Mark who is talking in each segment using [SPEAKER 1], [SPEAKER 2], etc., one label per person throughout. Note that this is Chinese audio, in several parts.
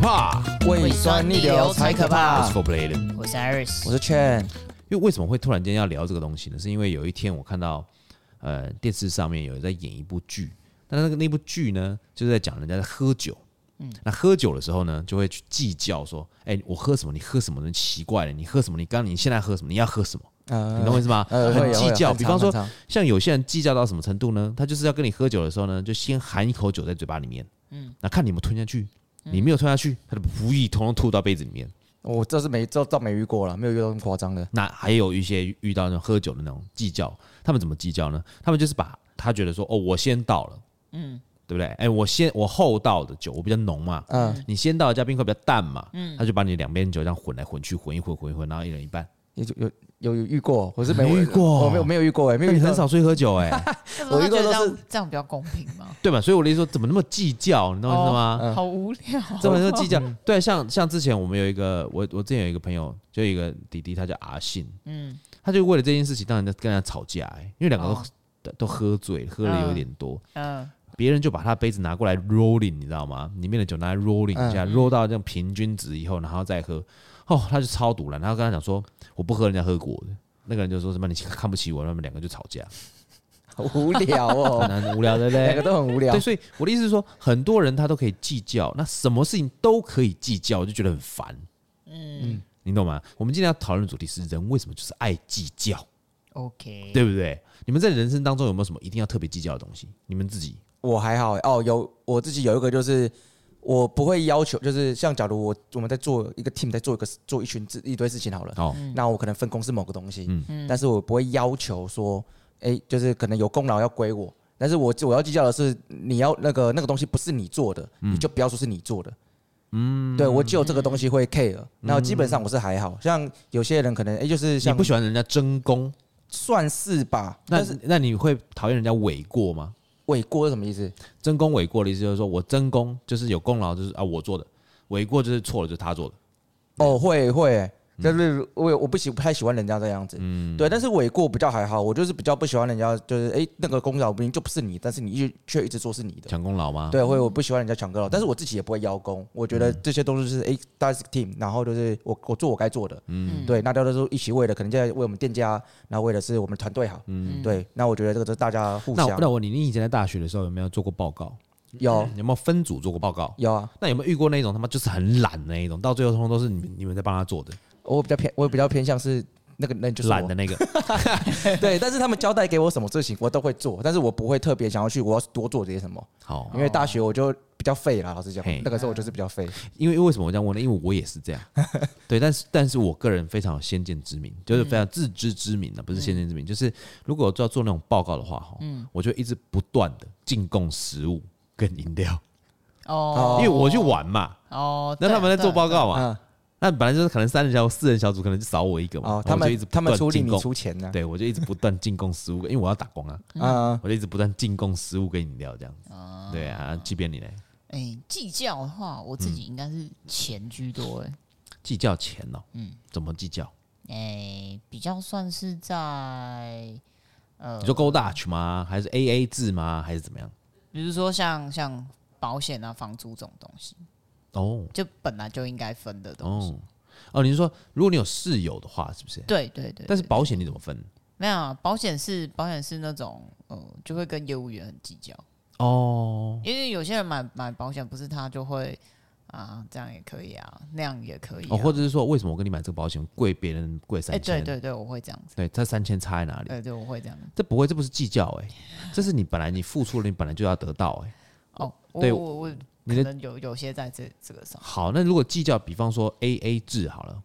[SPEAKER 1] 啊
[SPEAKER 2] 怕。
[SPEAKER 1] 胃酸逆流才可
[SPEAKER 2] 我
[SPEAKER 1] 怕
[SPEAKER 2] 是。Coplated，
[SPEAKER 3] 我是 Iris，
[SPEAKER 1] 我是 Chen，
[SPEAKER 2] 因为为什么会突然间要聊这个东西呢？是因为有一天我看到，呃，电视上面有人在演一部剧，但是那个那部剧呢，就是在讲人家在喝酒。嗯，那喝酒的时候呢，就会去计较说，哎、我喝什么？你喝什么呢？奇怪了，你喝什么？你刚你现在喝什么？你要喝什么？
[SPEAKER 1] 呃
[SPEAKER 2] 你懂我意思吗？
[SPEAKER 1] 呃，会
[SPEAKER 2] 很
[SPEAKER 1] 有
[SPEAKER 2] 计较。
[SPEAKER 1] 会有
[SPEAKER 2] 比方说
[SPEAKER 1] 很，常
[SPEAKER 2] 像有些人计较到什么程度呢？他就是要跟你喝酒的时候呢，就先含一口酒在嘴巴里面，嗯，那看你们吞下去，你没有吞下去，他就不意通通吐到杯子里面。
[SPEAKER 1] 我这是没这倒没遇过了，没有遇到那么夸张的。
[SPEAKER 2] 那还有一些遇到那种喝酒的那种计较，他们怎么计较呢？他们就是把他觉得说，哦，我先到了，嗯，对不对？哎，我先我后到的酒，我比较浓嘛，
[SPEAKER 1] 嗯，
[SPEAKER 2] 你先到的嘉宾会比较淡嘛，嗯，他就把你两边酒这样混来混去，混一混，混一混，然后一人一半。
[SPEAKER 1] 有有有有遇过，我是没
[SPEAKER 2] 没遇过
[SPEAKER 1] 我没有没有遇过哎，没有
[SPEAKER 2] 那你
[SPEAKER 1] 遇到
[SPEAKER 2] 很少出去喝酒哎、
[SPEAKER 3] 但是
[SPEAKER 1] 我
[SPEAKER 3] 他
[SPEAKER 1] 一个
[SPEAKER 3] 觉
[SPEAKER 1] 都
[SPEAKER 3] 得这
[SPEAKER 1] 是
[SPEAKER 3] 样这样比较公平吗？
[SPEAKER 2] 对吧？所以我的意思说，怎么那么计较？你懂我意思吗？
[SPEAKER 1] 嗯
[SPEAKER 3] 好无 聊，
[SPEAKER 2] 这么说计较，对，啊像像之前我们有一个，我我之前有一个朋友，就有一个弟弟，他叫阿信，嗯，他就为了这件事情，当然在跟他吵架、欸，因为两个都、
[SPEAKER 3] 哦
[SPEAKER 2] 都都喝醉，喝的有一点多，
[SPEAKER 3] 嗯，
[SPEAKER 2] 别人就把他杯子拿过来 rolling，你知道吗？里面的酒拿来 rolling 一下、r o l l 到这样平均值以后，然后再喝，哦，他就超堵了，然后跟他讲说，我不喝人家喝过的。那个人就说什么你看不起我，他们两个就吵 架，
[SPEAKER 1] 好无聊哦，
[SPEAKER 2] 很无聊 对不
[SPEAKER 1] 两
[SPEAKER 2] 对？
[SPEAKER 1] 个都很无聊
[SPEAKER 2] 对，。所以我的意思是说，很多人他都可以计较，那什么事情都可以计较，我就觉得很烦。嗯，你懂吗？我们今天要讨论的主题是人为什么就是爱计较，
[SPEAKER 3] OK，
[SPEAKER 2] 对不对？你们在人生当中有没有什么一定要特别计较的东西？你们自己
[SPEAKER 1] 我还好欸哦，有我自己有一个就是。我不会要求，就是像假如我我们在做一个 team，在做一个做一群一堆事情好了，
[SPEAKER 2] 哦，
[SPEAKER 1] 那我可能分工是某个东西，
[SPEAKER 2] 嗯
[SPEAKER 1] 但是我不会要求说，哎、就是可能有功劳要归我，但是我我要计较的是，你要那个那个东西不是你做的，
[SPEAKER 2] 嗯
[SPEAKER 1] 你就不要说是你做的。嗯，对我只有这个东西会 care，那、
[SPEAKER 2] 嗯
[SPEAKER 1] 基本上我是还好像有些人可能哎、诶就是
[SPEAKER 2] 你
[SPEAKER 1] 像
[SPEAKER 2] 不喜欢人家争功，
[SPEAKER 1] 算是吧，
[SPEAKER 2] 那
[SPEAKER 1] 但是
[SPEAKER 2] 那你会讨厌人家诿过吗？
[SPEAKER 1] 尾锅是什么意思？
[SPEAKER 2] 争功诿过的意思就是说我争功就是有功劳，就是啊我做的，诿过就是错了，就是他做的。
[SPEAKER 1] 哦，会会、
[SPEAKER 2] 嗯
[SPEAKER 1] 就是我有我不喜不太喜欢人家这样子，对，但是尾过比较还好，我就是比较不喜欢人家就是哎、诶那个功劳明明就不是你，但是你一直却一直说是你的，
[SPEAKER 2] 抢功劳吗？
[SPEAKER 1] 对，会我不喜欢人家抢功劳，但是我自己也不会邀功。我觉得
[SPEAKER 2] 嗯
[SPEAKER 1] 这些都是哎，大家是 team，然后就是我我做我该做的，嗯，对，那大家都是一起为了，可能在为我们店家，然后为的是我们团队好，嗯，对，那我觉得这个是大家互
[SPEAKER 2] 那
[SPEAKER 1] 相
[SPEAKER 2] 我那我问你，你以前在大学的时候有没有做过报告？
[SPEAKER 1] 有
[SPEAKER 2] 有没有分组做过报告？
[SPEAKER 1] 有啊，
[SPEAKER 2] 那有没有遇过那种他妈就是很懒的那一种，到最后通通都是你们你们在帮他做的，
[SPEAKER 1] 我比较偏，我比较偏向是那个人就是
[SPEAKER 2] 懒
[SPEAKER 1] 我
[SPEAKER 2] 的，那个？
[SPEAKER 1] 对，但是他们交代给我什么事情我都会做，但是我不会特别想要去我要多做些什么，
[SPEAKER 2] 好，
[SPEAKER 1] 因为大学我就比较废啦，老实讲
[SPEAKER 2] 哦嘿，
[SPEAKER 1] 那个时候我就是比较废，
[SPEAKER 2] 因为为什么我这样问呢？因为我也是这 样，对，但是但是我个人非常有先见之明，
[SPEAKER 1] 嗯
[SPEAKER 2] 就是非常自知之明的，啊不是先见之明，就是如果我就要做那种报告的话，哈，
[SPEAKER 1] 嗯
[SPEAKER 2] 我就一直不断的进贡食物跟饮料，
[SPEAKER 3] 哦
[SPEAKER 2] 因为我去玩嘛，
[SPEAKER 3] 哦，
[SPEAKER 2] 那他们在做报
[SPEAKER 3] 告，
[SPEAKER 2] 告嘛，
[SPEAKER 1] 嗯，
[SPEAKER 2] 那本来就是可能三人小组、四人小组，可能就少我一个嘛
[SPEAKER 1] 哦，，他
[SPEAKER 2] 我就一
[SPEAKER 1] 们
[SPEAKER 2] 直不
[SPEAKER 1] 他们
[SPEAKER 2] 断
[SPEAKER 1] 出力
[SPEAKER 2] 进
[SPEAKER 1] 你
[SPEAKER 2] 贡
[SPEAKER 1] 出钱呢，
[SPEAKER 2] 对我就一直不断进贡食物跟，因为我要打工啊，
[SPEAKER 1] 嗯，哦
[SPEAKER 2] 我就一直不断进贡食物跟饮料这样子。对啊，即便你嘞，
[SPEAKER 3] 哎，计较的话，我自己应该是钱居多，
[SPEAKER 2] 嗯
[SPEAKER 3] 哎，
[SPEAKER 2] 计较钱哦，
[SPEAKER 1] 嗯
[SPEAKER 2] 怎么计较？
[SPEAKER 3] 哎，比较算是在呃
[SPEAKER 2] 你，说 Go Dutch 吗？还是 AA 制吗？还是怎么样？
[SPEAKER 3] 比如说像像保险啊、房租这种东西，
[SPEAKER 2] 哦
[SPEAKER 3] 就本来就应该分的东西。
[SPEAKER 2] 哦哦，你是说如果你有室友的话，是不是？
[SPEAKER 3] 对对对，
[SPEAKER 2] 但是
[SPEAKER 3] 对
[SPEAKER 2] 保险你怎么分？
[SPEAKER 3] 没有啊保险是保险是那种呃，就会跟业务员很计较，
[SPEAKER 2] 哦，
[SPEAKER 3] 因为有些人买买保险不是他就会啊，这样也可以啊，那样也可以、啊，
[SPEAKER 2] 哦，或者是说为什么我跟你买这个保险贵别人贵
[SPEAKER 3] 哎、
[SPEAKER 2] 三
[SPEAKER 3] 对
[SPEAKER 2] 千？
[SPEAKER 3] 对对，我会这样子，
[SPEAKER 2] 对，
[SPEAKER 3] 呃
[SPEAKER 2] 这三千差在哪里？
[SPEAKER 3] 对对，我会这样子。
[SPEAKER 2] 这不会，这不是计较哎，这是你本来你付出了，你本来就要得到哎。
[SPEAKER 3] 哦，我
[SPEAKER 2] 对
[SPEAKER 3] 我我
[SPEAKER 2] 你
[SPEAKER 3] 可
[SPEAKER 2] 的
[SPEAKER 3] 能有有些在这这个上
[SPEAKER 2] 好，那如果计较，比方说 AA 制好了，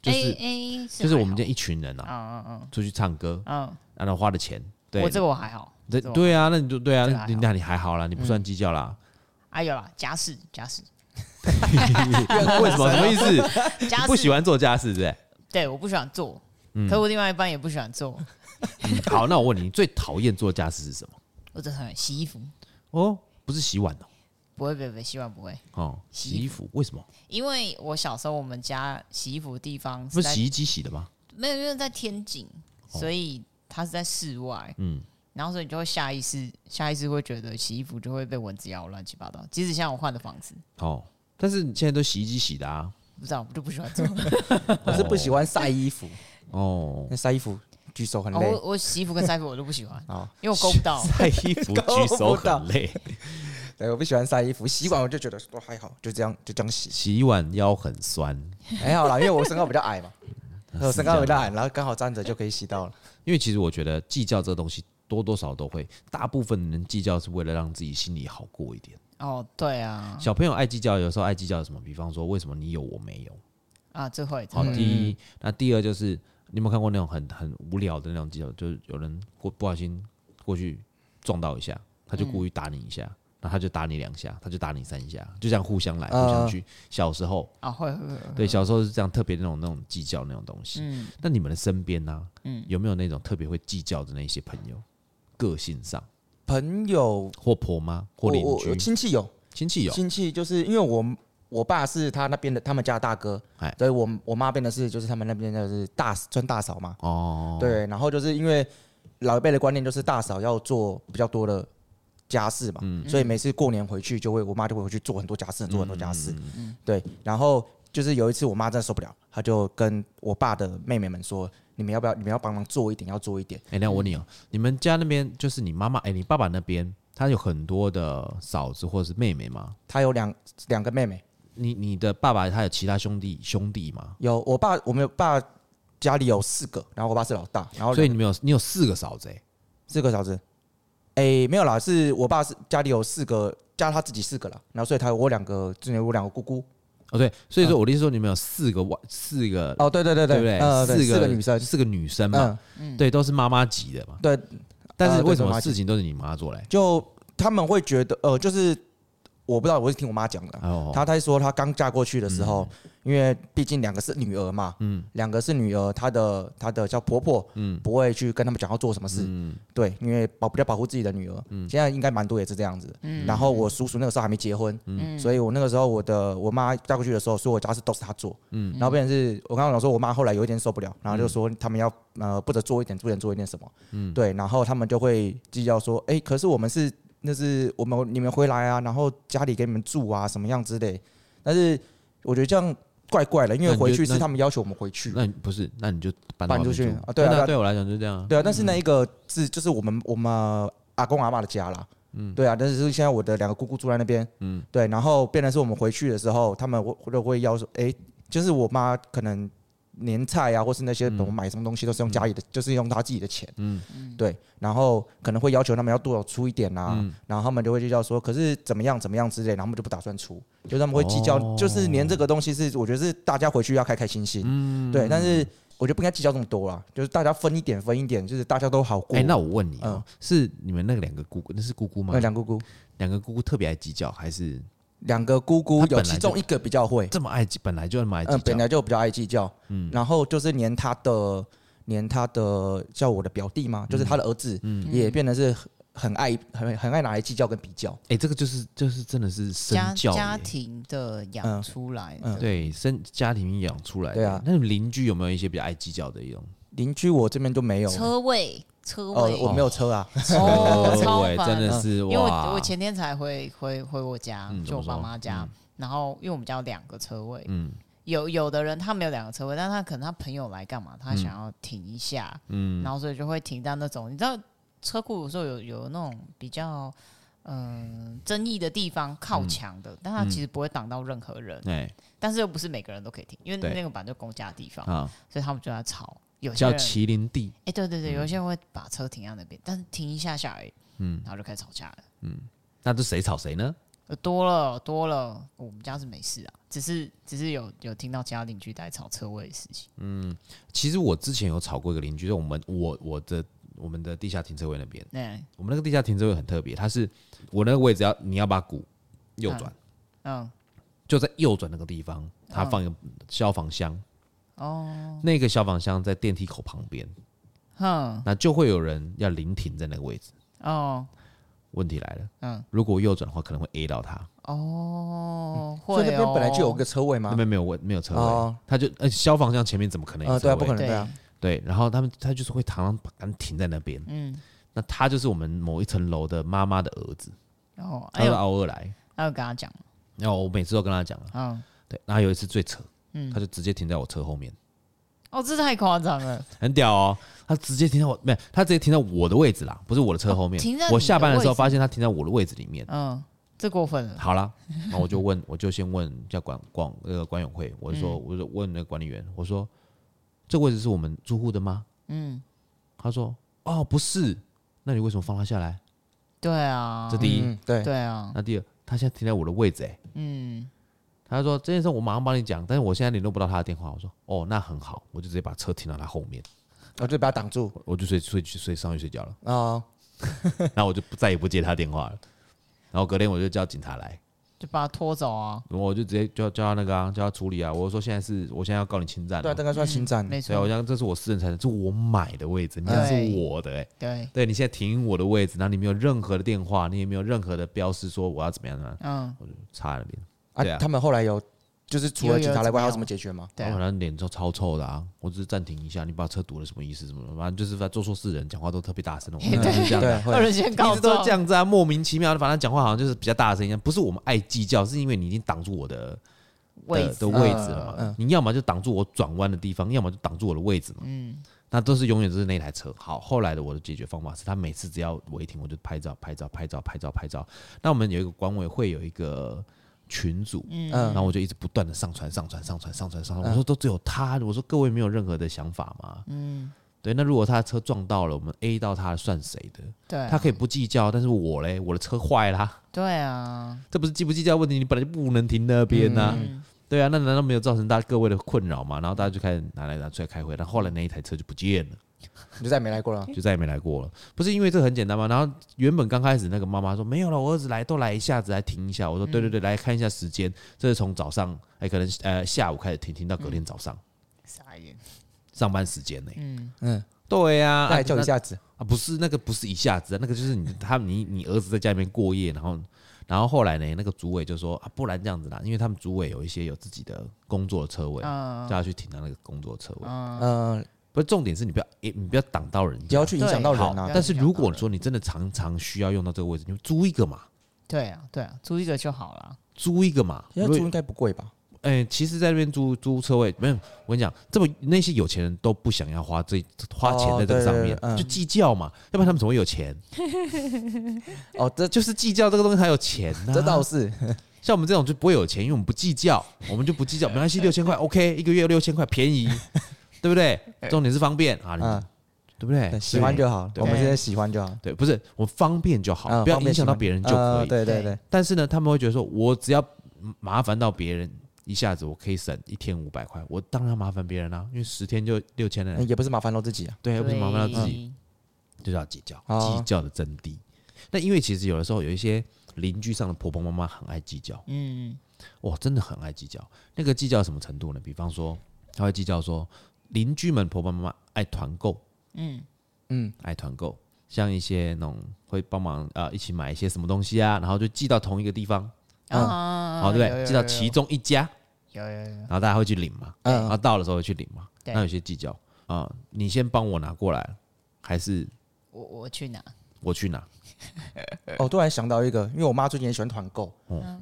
[SPEAKER 2] 就是
[SPEAKER 3] 哎 A A
[SPEAKER 2] 就是我们这一群人啊，
[SPEAKER 3] 嗯嗯
[SPEAKER 2] 出去唱歌，
[SPEAKER 3] 嗯
[SPEAKER 2] 然后花的钱，
[SPEAKER 3] 嗯，
[SPEAKER 2] 对
[SPEAKER 3] 我，这个我还好，
[SPEAKER 2] 对
[SPEAKER 3] 这个我
[SPEAKER 2] 对啊，那你就对啊
[SPEAKER 3] 这个还，好嗯
[SPEAKER 2] 那那你还好啦，你不算计较啦。
[SPEAKER 3] 啊有啦，家事 家事
[SPEAKER 2] 为什么？什么意思？
[SPEAKER 3] 家事，
[SPEAKER 2] 不喜欢做嗯家事，是不是？
[SPEAKER 3] 对，我不喜欢做，可我另外一半也不喜欢做，
[SPEAKER 2] 嗯好，那我问你，你最讨厌做家事是什么？
[SPEAKER 3] 我只讨厌洗衣服，
[SPEAKER 2] 哦，不是洗碗哦，
[SPEAKER 3] 不会不会不会，洗碗不会。
[SPEAKER 2] 哦，
[SPEAKER 3] 洗
[SPEAKER 2] 洗衣服，为什么？
[SPEAKER 3] 因为我小时候我们家洗衣服的地方
[SPEAKER 2] 不是
[SPEAKER 3] 是在
[SPEAKER 2] 洗衣哦机洗的吗？
[SPEAKER 3] 没有，因为在天井，所以它是在室外，
[SPEAKER 2] 嗯
[SPEAKER 3] 嗯，然后所以你就会下意识下意识会觉得洗衣服就会被蚊子咬，乱七八糟。即使像我换的房子，
[SPEAKER 2] 哦，但是你现在都洗衣机洗的啊，
[SPEAKER 3] 不知道，我就不喜欢做。
[SPEAKER 1] 我是不喜欢晒衣服，
[SPEAKER 2] 哦，
[SPEAKER 1] 那晒衣服举手很
[SPEAKER 3] 哦、
[SPEAKER 1] 累
[SPEAKER 3] 我我洗衣服跟晒衣服我都不 喜欢，
[SPEAKER 1] 啊。
[SPEAKER 3] 因为我勾不到。
[SPEAKER 2] 晒衣服举手很累，
[SPEAKER 1] 对，我不喜欢晒衣服，洗碗我就觉得说还好，就这样就这 样洗，
[SPEAKER 2] 洗碗腰很酸，
[SPEAKER 1] 还好啦，因为我身高比较 矮嘛，我身高比较
[SPEAKER 2] 啊
[SPEAKER 1] 矮，然后刚好站着就可以洗到了。
[SPEAKER 2] 因为其实我觉得计较这东西多多少少都会，大部分人计较是为了让自己心里好过一点。
[SPEAKER 3] 哦，对啊，
[SPEAKER 2] 小朋友爱计较，有时候爱计较什么？比方说，为什么你有我没有？
[SPEAKER 3] 啊，这会这
[SPEAKER 2] 好，
[SPEAKER 3] 会
[SPEAKER 1] 嗯
[SPEAKER 2] 第一，那第二就是你有没有看过那种很很无聊的那种技巧？就是有人过不小心过去撞到一下，他就故意打你一
[SPEAKER 1] 嗯
[SPEAKER 2] 下，那、他就打你两下，他就打你三下，就这样互相来互
[SPEAKER 1] 啊
[SPEAKER 2] 相去。小时候，
[SPEAKER 3] 啊，会会会，
[SPEAKER 2] 对，小时候是这样特别那种那种计较那种东西。
[SPEAKER 1] 嗯
[SPEAKER 2] 那你们的身边呢、有没有那种特别会计较的那些朋友？个性上，
[SPEAKER 1] 朋友，
[SPEAKER 2] 或婆妈，或
[SPEAKER 1] 我
[SPEAKER 2] 邻
[SPEAKER 1] 我我
[SPEAKER 2] 居、
[SPEAKER 1] 亲戚有，
[SPEAKER 2] 亲戚有，
[SPEAKER 1] 亲戚就是因为我我爸是他那边的，他们家的大哥
[SPEAKER 2] 哎，
[SPEAKER 1] 所以我我妈变的是就是他们那边就是大穿大嫂嘛。哦，对，然后就是因为老一辈的观念就是大嫂要做比较多的家事嘛，
[SPEAKER 2] 嗯
[SPEAKER 1] 所以每次过年回去就会我妈就会回去做很多家事，做很多家
[SPEAKER 2] 嗯
[SPEAKER 1] 事。对，然后就是有一次我妈真的受不了，她就跟我爸的妹妹们说：“你们要不要？你们要帮忙做一点，要做一点。
[SPEAKER 2] 哎、那我问你哦、你们家那边就是你妈妈，哎、你爸爸那边，他有很多的嫂子或者是妹妹吗？”
[SPEAKER 1] 她有两两个妹妹，
[SPEAKER 2] 你你的爸爸他有其他兄弟兄弟吗？
[SPEAKER 1] 有我爸，我们有爸家里有四个，然后我爸是老大，然后
[SPEAKER 2] 所以你们有你有四个嫂子、欸，
[SPEAKER 1] 四个小时。哎、没有啦，是我爸是家里有四个，加他自己四个啦，然后所以他有我两个，之前有我两个姑姑。
[SPEAKER 2] 哦对，所以说我的意思说你们有四个外四个
[SPEAKER 1] 嗯哦，对对对
[SPEAKER 2] 对不对？
[SPEAKER 1] 对，呃，对
[SPEAKER 2] 四
[SPEAKER 1] 四个女生，
[SPEAKER 2] 四个女生嘛
[SPEAKER 1] 嗯，，
[SPEAKER 2] 对，都是妈妈级的嘛。
[SPEAKER 1] 对，
[SPEAKER 2] 但是
[SPEAKER 1] 呃对
[SPEAKER 2] 为什
[SPEAKER 1] 妈
[SPEAKER 2] 么
[SPEAKER 1] 妈
[SPEAKER 2] 事情都是你妈做嘞？
[SPEAKER 1] 就他们会觉得，呃，就是我不知道，我是听我妈讲的啊，
[SPEAKER 2] 哦，嗯
[SPEAKER 1] 她她说她刚嫁过去的时候，因为毕竟两个是女儿嘛，嗯，两个是女儿，她的她的叫婆婆，嗯，不会去跟他们讲要做什么事，
[SPEAKER 2] 嗯
[SPEAKER 1] 对，因为保比较保护自己的女儿，现在应该蛮多也是这样子，然后我叔叔那个时候还没结婚，
[SPEAKER 2] 嗯
[SPEAKER 3] 嗯
[SPEAKER 1] 所以我那个时候我的我妈嫁过去的时候，所有家事都是她做，
[SPEAKER 2] 嗯
[SPEAKER 1] 然后变成是我刚刚讲说我妈后来有一点受不了，然后就说他们要呃不得做一点，不能做一点什么，
[SPEAKER 2] 嗯
[SPEAKER 1] 对，然后他们就会计较说，哎，可是我们是那是我们你们回来啊，然后家里给你们住啊，什么样之类。但是我觉得这样怪怪的，因
[SPEAKER 2] 那
[SPEAKER 1] 为
[SPEAKER 2] 你就
[SPEAKER 1] 回去
[SPEAKER 2] 那
[SPEAKER 1] 是他们要求我们回去。
[SPEAKER 2] 那你不是，那你就搬
[SPEAKER 1] 搬
[SPEAKER 2] 到
[SPEAKER 1] 出去
[SPEAKER 2] 外面住
[SPEAKER 1] 啊对啊
[SPEAKER 2] 真的
[SPEAKER 1] 对啊
[SPEAKER 2] 对我来讲就是这样啊。
[SPEAKER 1] 对啊，但是那一个是就是我们我们阿公阿妈的家啦。嗯，对啊，但是现在我的两个姑姑住在那边，嗯，对，然后变成是我们回去的时候，他们会会要说，哎、就是我妈可能年菜啊，或是那些我们买什么东西都是用家里的，就是用她自己的钱，嗯，对，然后可能会要求他们要多少出一点啊，
[SPEAKER 2] 嗯
[SPEAKER 1] 然后他们就会计较说，可是怎么样怎么样之类，然后他们就不打算出，就是他们会计较，
[SPEAKER 2] 哦
[SPEAKER 1] 就是连这个东西是我觉得是大家回去要开开心心，嗯，对，但是。我觉得不应该计较这么多啦，就是大家分一点分一点，就是大家都好过。
[SPEAKER 2] 哎、那我问你哦、是你们那两个姑姑，那是姑姑吗
[SPEAKER 1] 那？嗯两姑姑，
[SPEAKER 2] 两个姑姑特别爱计较，还是
[SPEAKER 1] 两个姑
[SPEAKER 2] 她
[SPEAKER 1] 姑
[SPEAKER 2] 本
[SPEAKER 1] 有
[SPEAKER 2] 来就
[SPEAKER 1] 其中一个比较会，
[SPEAKER 2] 这么爱计，本来就那么爱计
[SPEAKER 1] 嗯，
[SPEAKER 2] 较
[SPEAKER 1] 本？来就比较爱计较，嗯，然后就是连他的连他的叫我的表弟
[SPEAKER 2] 嗯
[SPEAKER 1] 嘛，就是他的儿子，也变得是很很爱很很爱拿来计较跟比较，
[SPEAKER 2] 哎、这个就是就是真的是身
[SPEAKER 3] 家
[SPEAKER 2] 教
[SPEAKER 3] 家
[SPEAKER 2] 耶嗯
[SPEAKER 3] 庭的养出来的，
[SPEAKER 2] 对，生家庭养出来的。
[SPEAKER 1] 对啊
[SPEAKER 2] 那你们邻居有没有一些比较爱计较的一种？
[SPEAKER 1] 邻居我这边就没有，
[SPEAKER 3] 车位车
[SPEAKER 1] 哦，
[SPEAKER 3] 位
[SPEAKER 1] 我没有车啊，
[SPEAKER 3] 哦，超
[SPEAKER 2] 对，
[SPEAKER 3] 烦，
[SPEAKER 2] 真的是
[SPEAKER 3] 因为
[SPEAKER 2] 哇！
[SPEAKER 3] 我我前天才回回回我家，
[SPEAKER 2] 嗯
[SPEAKER 3] 就我
[SPEAKER 2] 怎么
[SPEAKER 3] 爸
[SPEAKER 2] 说
[SPEAKER 3] 妈家，然后因为我们家有两个车位，
[SPEAKER 2] 嗯
[SPEAKER 3] 有有的人他没有两个车位，但他可能他朋友来干嘛，他想要停一下，
[SPEAKER 2] 嗯
[SPEAKER 3] 然后所以就会停到那种，你知道车库有时候有有那种比较嗯、争议的地方
[SPEAKER 1] 嗯
[SPEAKER 3] 靠墙的，但他其实不会挡到任何人，
[SPEAKER 2] 哎
[SPEAKER 3] 但是又不是每个人都可以停，因为
[SPEAKER 2] 对
[SPEAKER 3] 那个本来就公家的地方，
[SPEAKER 2] 啊，
[SPEAKER 3] 所以他们就在吵。有些
[SPEAKER 2] 叫
[SPEAKER 3] 人
[SPEAKER 2] 麒麟地，
[SPEAKER 3] 哎、对对
[SPEAKER 1] 嗯
[SPEAKER 3] 对，有些人会把车停在那边，但是停一下下而已，嗯，然后就开始吵架了。
[SPEAKER 2] 那这谁吵谁呢？
[SPEAKER 3] 呃多了多了，我们家是没事啊，只是只是有有听到其他邻居在吵车位的事情。
[SPEAKER 2] 其实我之前有吵过一个邻居，就我们我我的我们的地下停车位那边，
[SPEAKER 3] 那、
[SPEAKER 2] 我们那个地下停车位很特别，它是我那个位置要你要把鼓右转，
[SPEAKER 3] 嗯，哦
[SPEAKER 2] 就在右转那个地方，它放一个消防箱。哦，那个消防箱在电梯口旁边，
[SPEAKER 3] 哼，
[SPEAKER 2] 那就会有人要临停在那个位置。
[SPEAKER 3] 哦
[SPEAKER 2] 问题来了，
[SPEAKER 3] 嗯
[SPEAKER 2] 嗯，如果右转的话，可能会 A 到他。
[SPEAKER 3] 哦，会哦。
[SPEAKER 1] 嗯所以那边本来就有个车位
[SPEAKER 2] 那
[SPEAKER 1] 嘛，
[SPEAKER 2] 边没有位，没有车位，
[SPEAKER 1] 哦
[SPEAKER 2] 他就呃消防箱前面怎么可能有
[SPEAKER 1] 呃，
[SPEAKER 2] 车位？
[SPEAKER 1] 对啊，不可能
[SPEAKER 3] 对
[SPEAKER 1] 对啊，
[SPEAKER 2] 对然后他们他就是会常常把杆停在那边。嗯，那他就是我们某一层楼的妈妈的儿子，
[SPEAKER 3] 哦，
[SPEAKER 2] 他
[SPEAKER 3] 哎
[SPEAKER 2] 是
[SPEAKER 3] 呦，
[SPEAKER 2] 奥尔来，
[SPEAKER 3] 还有跟他讲，
[SPEAKER 2] 然后我每次都跟他讲了，
[SPEAKER 3] 嗯，
[SPEAKER 2] 对，然后有一次最扯，
[SPEAKER 3] 嗯
[SPEAKER 2] 他就直接停在我车后面，
[SPEAKER 3] 哦，这太夸张了，
[SPEAKER 2] 很屌哦，他直接停在我没有，他直接停在我的位置啦，不是我的车后面，
[SPEAKER 3] 哦停在
[SPEAKER 2] 我
[SPEAKER 3] 你
[SPEAKER 2] 下
[SPEAKER 3] 的
[SPEAKER 2] 班的时候
[SPEAKER 3] 位置
[SPEAKER 2] 发现他停在我的位置里面，
[SPEAKER 3] 嗯，这过分了，
[SPEAKER 2] 好啦，然后我就问，我就先问叫管管那个管委会，我就说，
[SPEAKER 3] 嗯
[SPEAKER 2] 我就问那个管理员，我说这位置是我们住户的吗？
[SPEAKER 3] 嗯，
[SPEAKER 2] 他说哦不是，那你为什么放他下来？
[SPEAKER 3] 对啊
[SPEAKER 2] 这，第一，
[SPEAKER 1] 嗯对，
[SPEAKER 3] 对啊，
[SPEAKER 2] 那第二，他现在停在我的位置、欸，
[SPEAKER 3] 嗯，
[SPEAKER 2] 他说这件事我马上帮你讲，但是我现在联络不到他的电话。我说哦那很好，我就直接把车停到他后面，
[SPEAKER 1] 我就把他挡住
[SPEAKER 2] 我我就睡睡去睡上去睡觉 了，
[SPEAKER 1] 啊，
[SPEAKER 2] 然后我就不再也不接他电话了。然后隔天我就叫警察来，
[SPEAKER 3] 就把他拖走啊，
[SPEAKER 2] 我就直接叫叫他那个啊，叫他处理啊。我就说现在是我现在要告你侵占、啊，
[SPEAKER 1] 对啊，这个算侵占
[SPEAKER 3] 嗯没
[SPEAKER 2] 所以我
[SPEAKER 3] 错，
[SPEAKER 2] 讲这是我私人财产，这是我买的位置，你这
[SPEAKER 3] 对
[SPEAKER 2] 是我的哎、欸
[SPEAKER 3] 对，
[SPEAKER 2] 对你现在停我的位置，然后你没有任何的电话，你也没有任何的标示说我要怎么样呢？
[SPEAKER 3] 嗯，
[SPEAKER 2] 插在那边，对
[SPEAKER 1] 啊
[SPEAKER 2] 啊。
[SPEAKER 1] 他们后来有就是除
[SPEAKER 3] 有
[SPEAKER 1] 了
[SPEAKER 3] 有
[SPEAKER 1] 警察来
[SPEAKER 3] 怎么
[SPEAKER 1] 关，还有
[SPEAKER 3] 样
[SPEAKER 1] 什么解决吗？
[SPEAKER 3] 对
[SPEAKER 2] 然后
[SPEAKER 3] 啊，
[SPEAKER 2] 他脸都超臭的啊！我只是暂停一下，你把车堵了什么意思？什么反正就是在做错事的人，讲话都特别大声，我们
[SPEAKER 3] 对
[SPEAKER 2] 嗯就是这样啊
[SPEAKER 1] 对
[SPEAKER 2] 的，，
[SPEAKER 1] 会
[SPEAKER 3] 二人先告
[SPEAKER 2] 一直都
[SPEAKER 3] 状
[SPEAKER 2] 这，样子啊，莫名其妙的，反正讲话好像就是比较大声一样。啊不是我们爱计较，是因为你已经挡住我的
[SPEAKER 3] 位
[SPEAKER 2] 的
[SPEAKER 3] 置
[SPEAKER 2] 的位置了嘛。
[SPEAKER 1] 嗯嗯
[SPEAKER 2] 你要么就挡住我转弯的地方，要么就挡住我的位置嘛。
[SPEAKER 3] 嗯
[SPEAKER 2] 那都是永远都是那台车。好，后来的我的解决方法是，他每次只要我一停，我就拍照、拍照、拍照、拍照、拍照。那我们有一个管委会有一个群组，然
[SPEAKER 1] 嗯，
[SPEAKER 2] 后我就一直不断的上传、上传、上传、上传、上传。我
[SPEAKER 3] 嗯
[SPEAKER 2] 说都只有他，我说各位没有任何的想法吗？嗯，对。那如果他的车撞到了，我们 A 到他算谁的？
[SPEAKER 3] 对啊，
[SPEAKER 2] 他可以不计较，但是我嘞，我的车坏啦，
[SPEAKER 3] 对啊，
[SPEAKER 2] 这不是计不计较问题，你本来就不能停那边呐、
[SPEAKER 3] 嗯
[SPEAKER 2] 对啊，那难道没有造成大家各位的困扰吗？然后大家就开始拿来拿出来开会，然后后来那一台车就不见了，
[SPEAKER 1] 你就再也没来过了。
[SPEAKER 2] 就再也没来过了。不是因为这很简单吗？然后原本刚开始那个妈妈说没有了，我儿子来都来一下子，来停一下。我说对对对，
[SPEAKER 1] 嗯
[SPEAKER 2] 来看一下时间，这是从早上哎、可能呃下午开始停，停到隔
[SPEAKER 1] 嗯
[SPEAKER 2] 天早上、
[SPEAKER 3] 傻眼，
[SPEAKER 2] 上班时间呢、
[SPEAKER 3] 嗯，
[SPEAKER 1] 嗯，
[SPEAKER 2] 对呀、
[SPEAKER 1] 再
[SPEAKER 2] 啊，
[SPEAKER 1] 来叫一
[SPEAKER 2] 那
[SPEAKER 1] 下子，
[SPEAKER 2] 啊，不是那个，不是一下子啊，那个就是你他你你儿子在家里面过夜，然后然后后来呢，那个组委就说啊，不然这样子啦，因为他们组委有一些有自己的工作车位，
[SPEAKER 3] 嗯
[SPEAKER 2] 叫他去停到那个工作车位。
[SPEAKER 1] 嗯，
[SPEAKER 2] 不是重点是你不要诶，你不要挡到人
[SPEAKER 1] 不
[SPEAKER 2] 家。
[SPEAKER 1] 要去影响到人
[SPEAKER 2] 好
[SPEAKER 1] 啊。
[SPEAKER 2] 但是如果说你真的常常需要用到这个位置，你就租一个嘛，
[SPEAKER 3] 对啊，对啊，租一个就好了，
[SPEAKER 2] 租一个嘛。
[SPEAKER 1] 要
[SPEAKER 2] 因
[SPEAKER 1] 租
[SPEAKER 2] 为
[SPEAKER 1] 应该不贵吧？
[SPEAKER 2] 哎、其实在那边租租车位，没有，我跟你讲，这么那些有钱人都不想要花这花钱在这个上面，
[SPEAKER 1] 哦对对对嗯
[SPEAKER 2] 就计较嘛，要不然他们怎么会有 钱？
[SPEAKER 1] 哦，这
[SPEAKER 2] 就是计较这个东西才有钱呐、
[SPEAKER 1] 这倒是，
[SPEAKER 2] 像我们这种就不会有钱，因为我们不计 较，我们就不计较，没关系，六千块 OK，一个月六千块便 宜，对不对？重点是方便啊，你
[SPEAKER 1] 哎嗯，
[SPEAKER 2] 对不对？
[SPEAKER 1] 对喜欢就好，
[SPEAKER 2] 哎对
[SPEAKER 1] 我们这些喜欢就好，
[SPEAKER 2] 对，不是我方便就好，
[SPEAKER 1] 嗯
[SPEAKER 2] 不要
[SPEAKER 1] 方便
[SPEAKER 2] 影响到
[SPEAKER 1] 喜欢
[SPEAKER 2] 别人就可
[SPEAKER 1] 呃
[SPEAKER 2] 以。哎
[SPEAKER 1] 对对对，
[SPEAKER 2] 但是呢，他们会觉得说，我只要麻烦到别人，一下子我可以省一天五百块，我当然麻烦别人啦、因为十天就六千了
[SPEAKER 1] 嗯，也不是麻烦到自己啊。
[SPEAKER 2] 对，不是麻烦到自己，
[SPEAKER 3] 己，
[SPEAKER 2] 就叫计较，
[SPEAKER 1] 哦
[SPEAKER 2] 计较的真谛。那因为其实有的时候有一些邻居上的婆婆妈妈很爱计较，
[SPEAKER 3] 嗯，
[SPEAKER 2] 哇，真的很爱计较。那个计较到什么程度呢？比方说，他会计较说，邻居们婆婆妈妈爱团购，
[SPEAKER 1] 嗯，
[SPEAKER 2] 爱团购，像一些那种会帮忙啊、呃一起买一些什么东西啊，然后就寄到同一个地方，
[SPEAKER 3] 啊，
[SPEAKER 2] 好、哦对不
[SPEAKER 3] 有
[SPEAKER 2] 对？寄到其，中一家，
[SPEAKER 3] 有有有有有，
[SPEAKER 2] 然后大家会去领嘛，
[SPEAKER 1] 嗯
[SPEAKER 2] 然后到的时候会去领嘛。
[SPEAKER 3] 对
[SPEAKER 2] 那有些计较啊、你先帮我拿过来，还是
[SPEAKER 3] 我我去拿，
[SPEAKER 2] 我去拿？
[SPEAKER 1] 哦，突然想到一个，因为我妈最近也喜欢团购，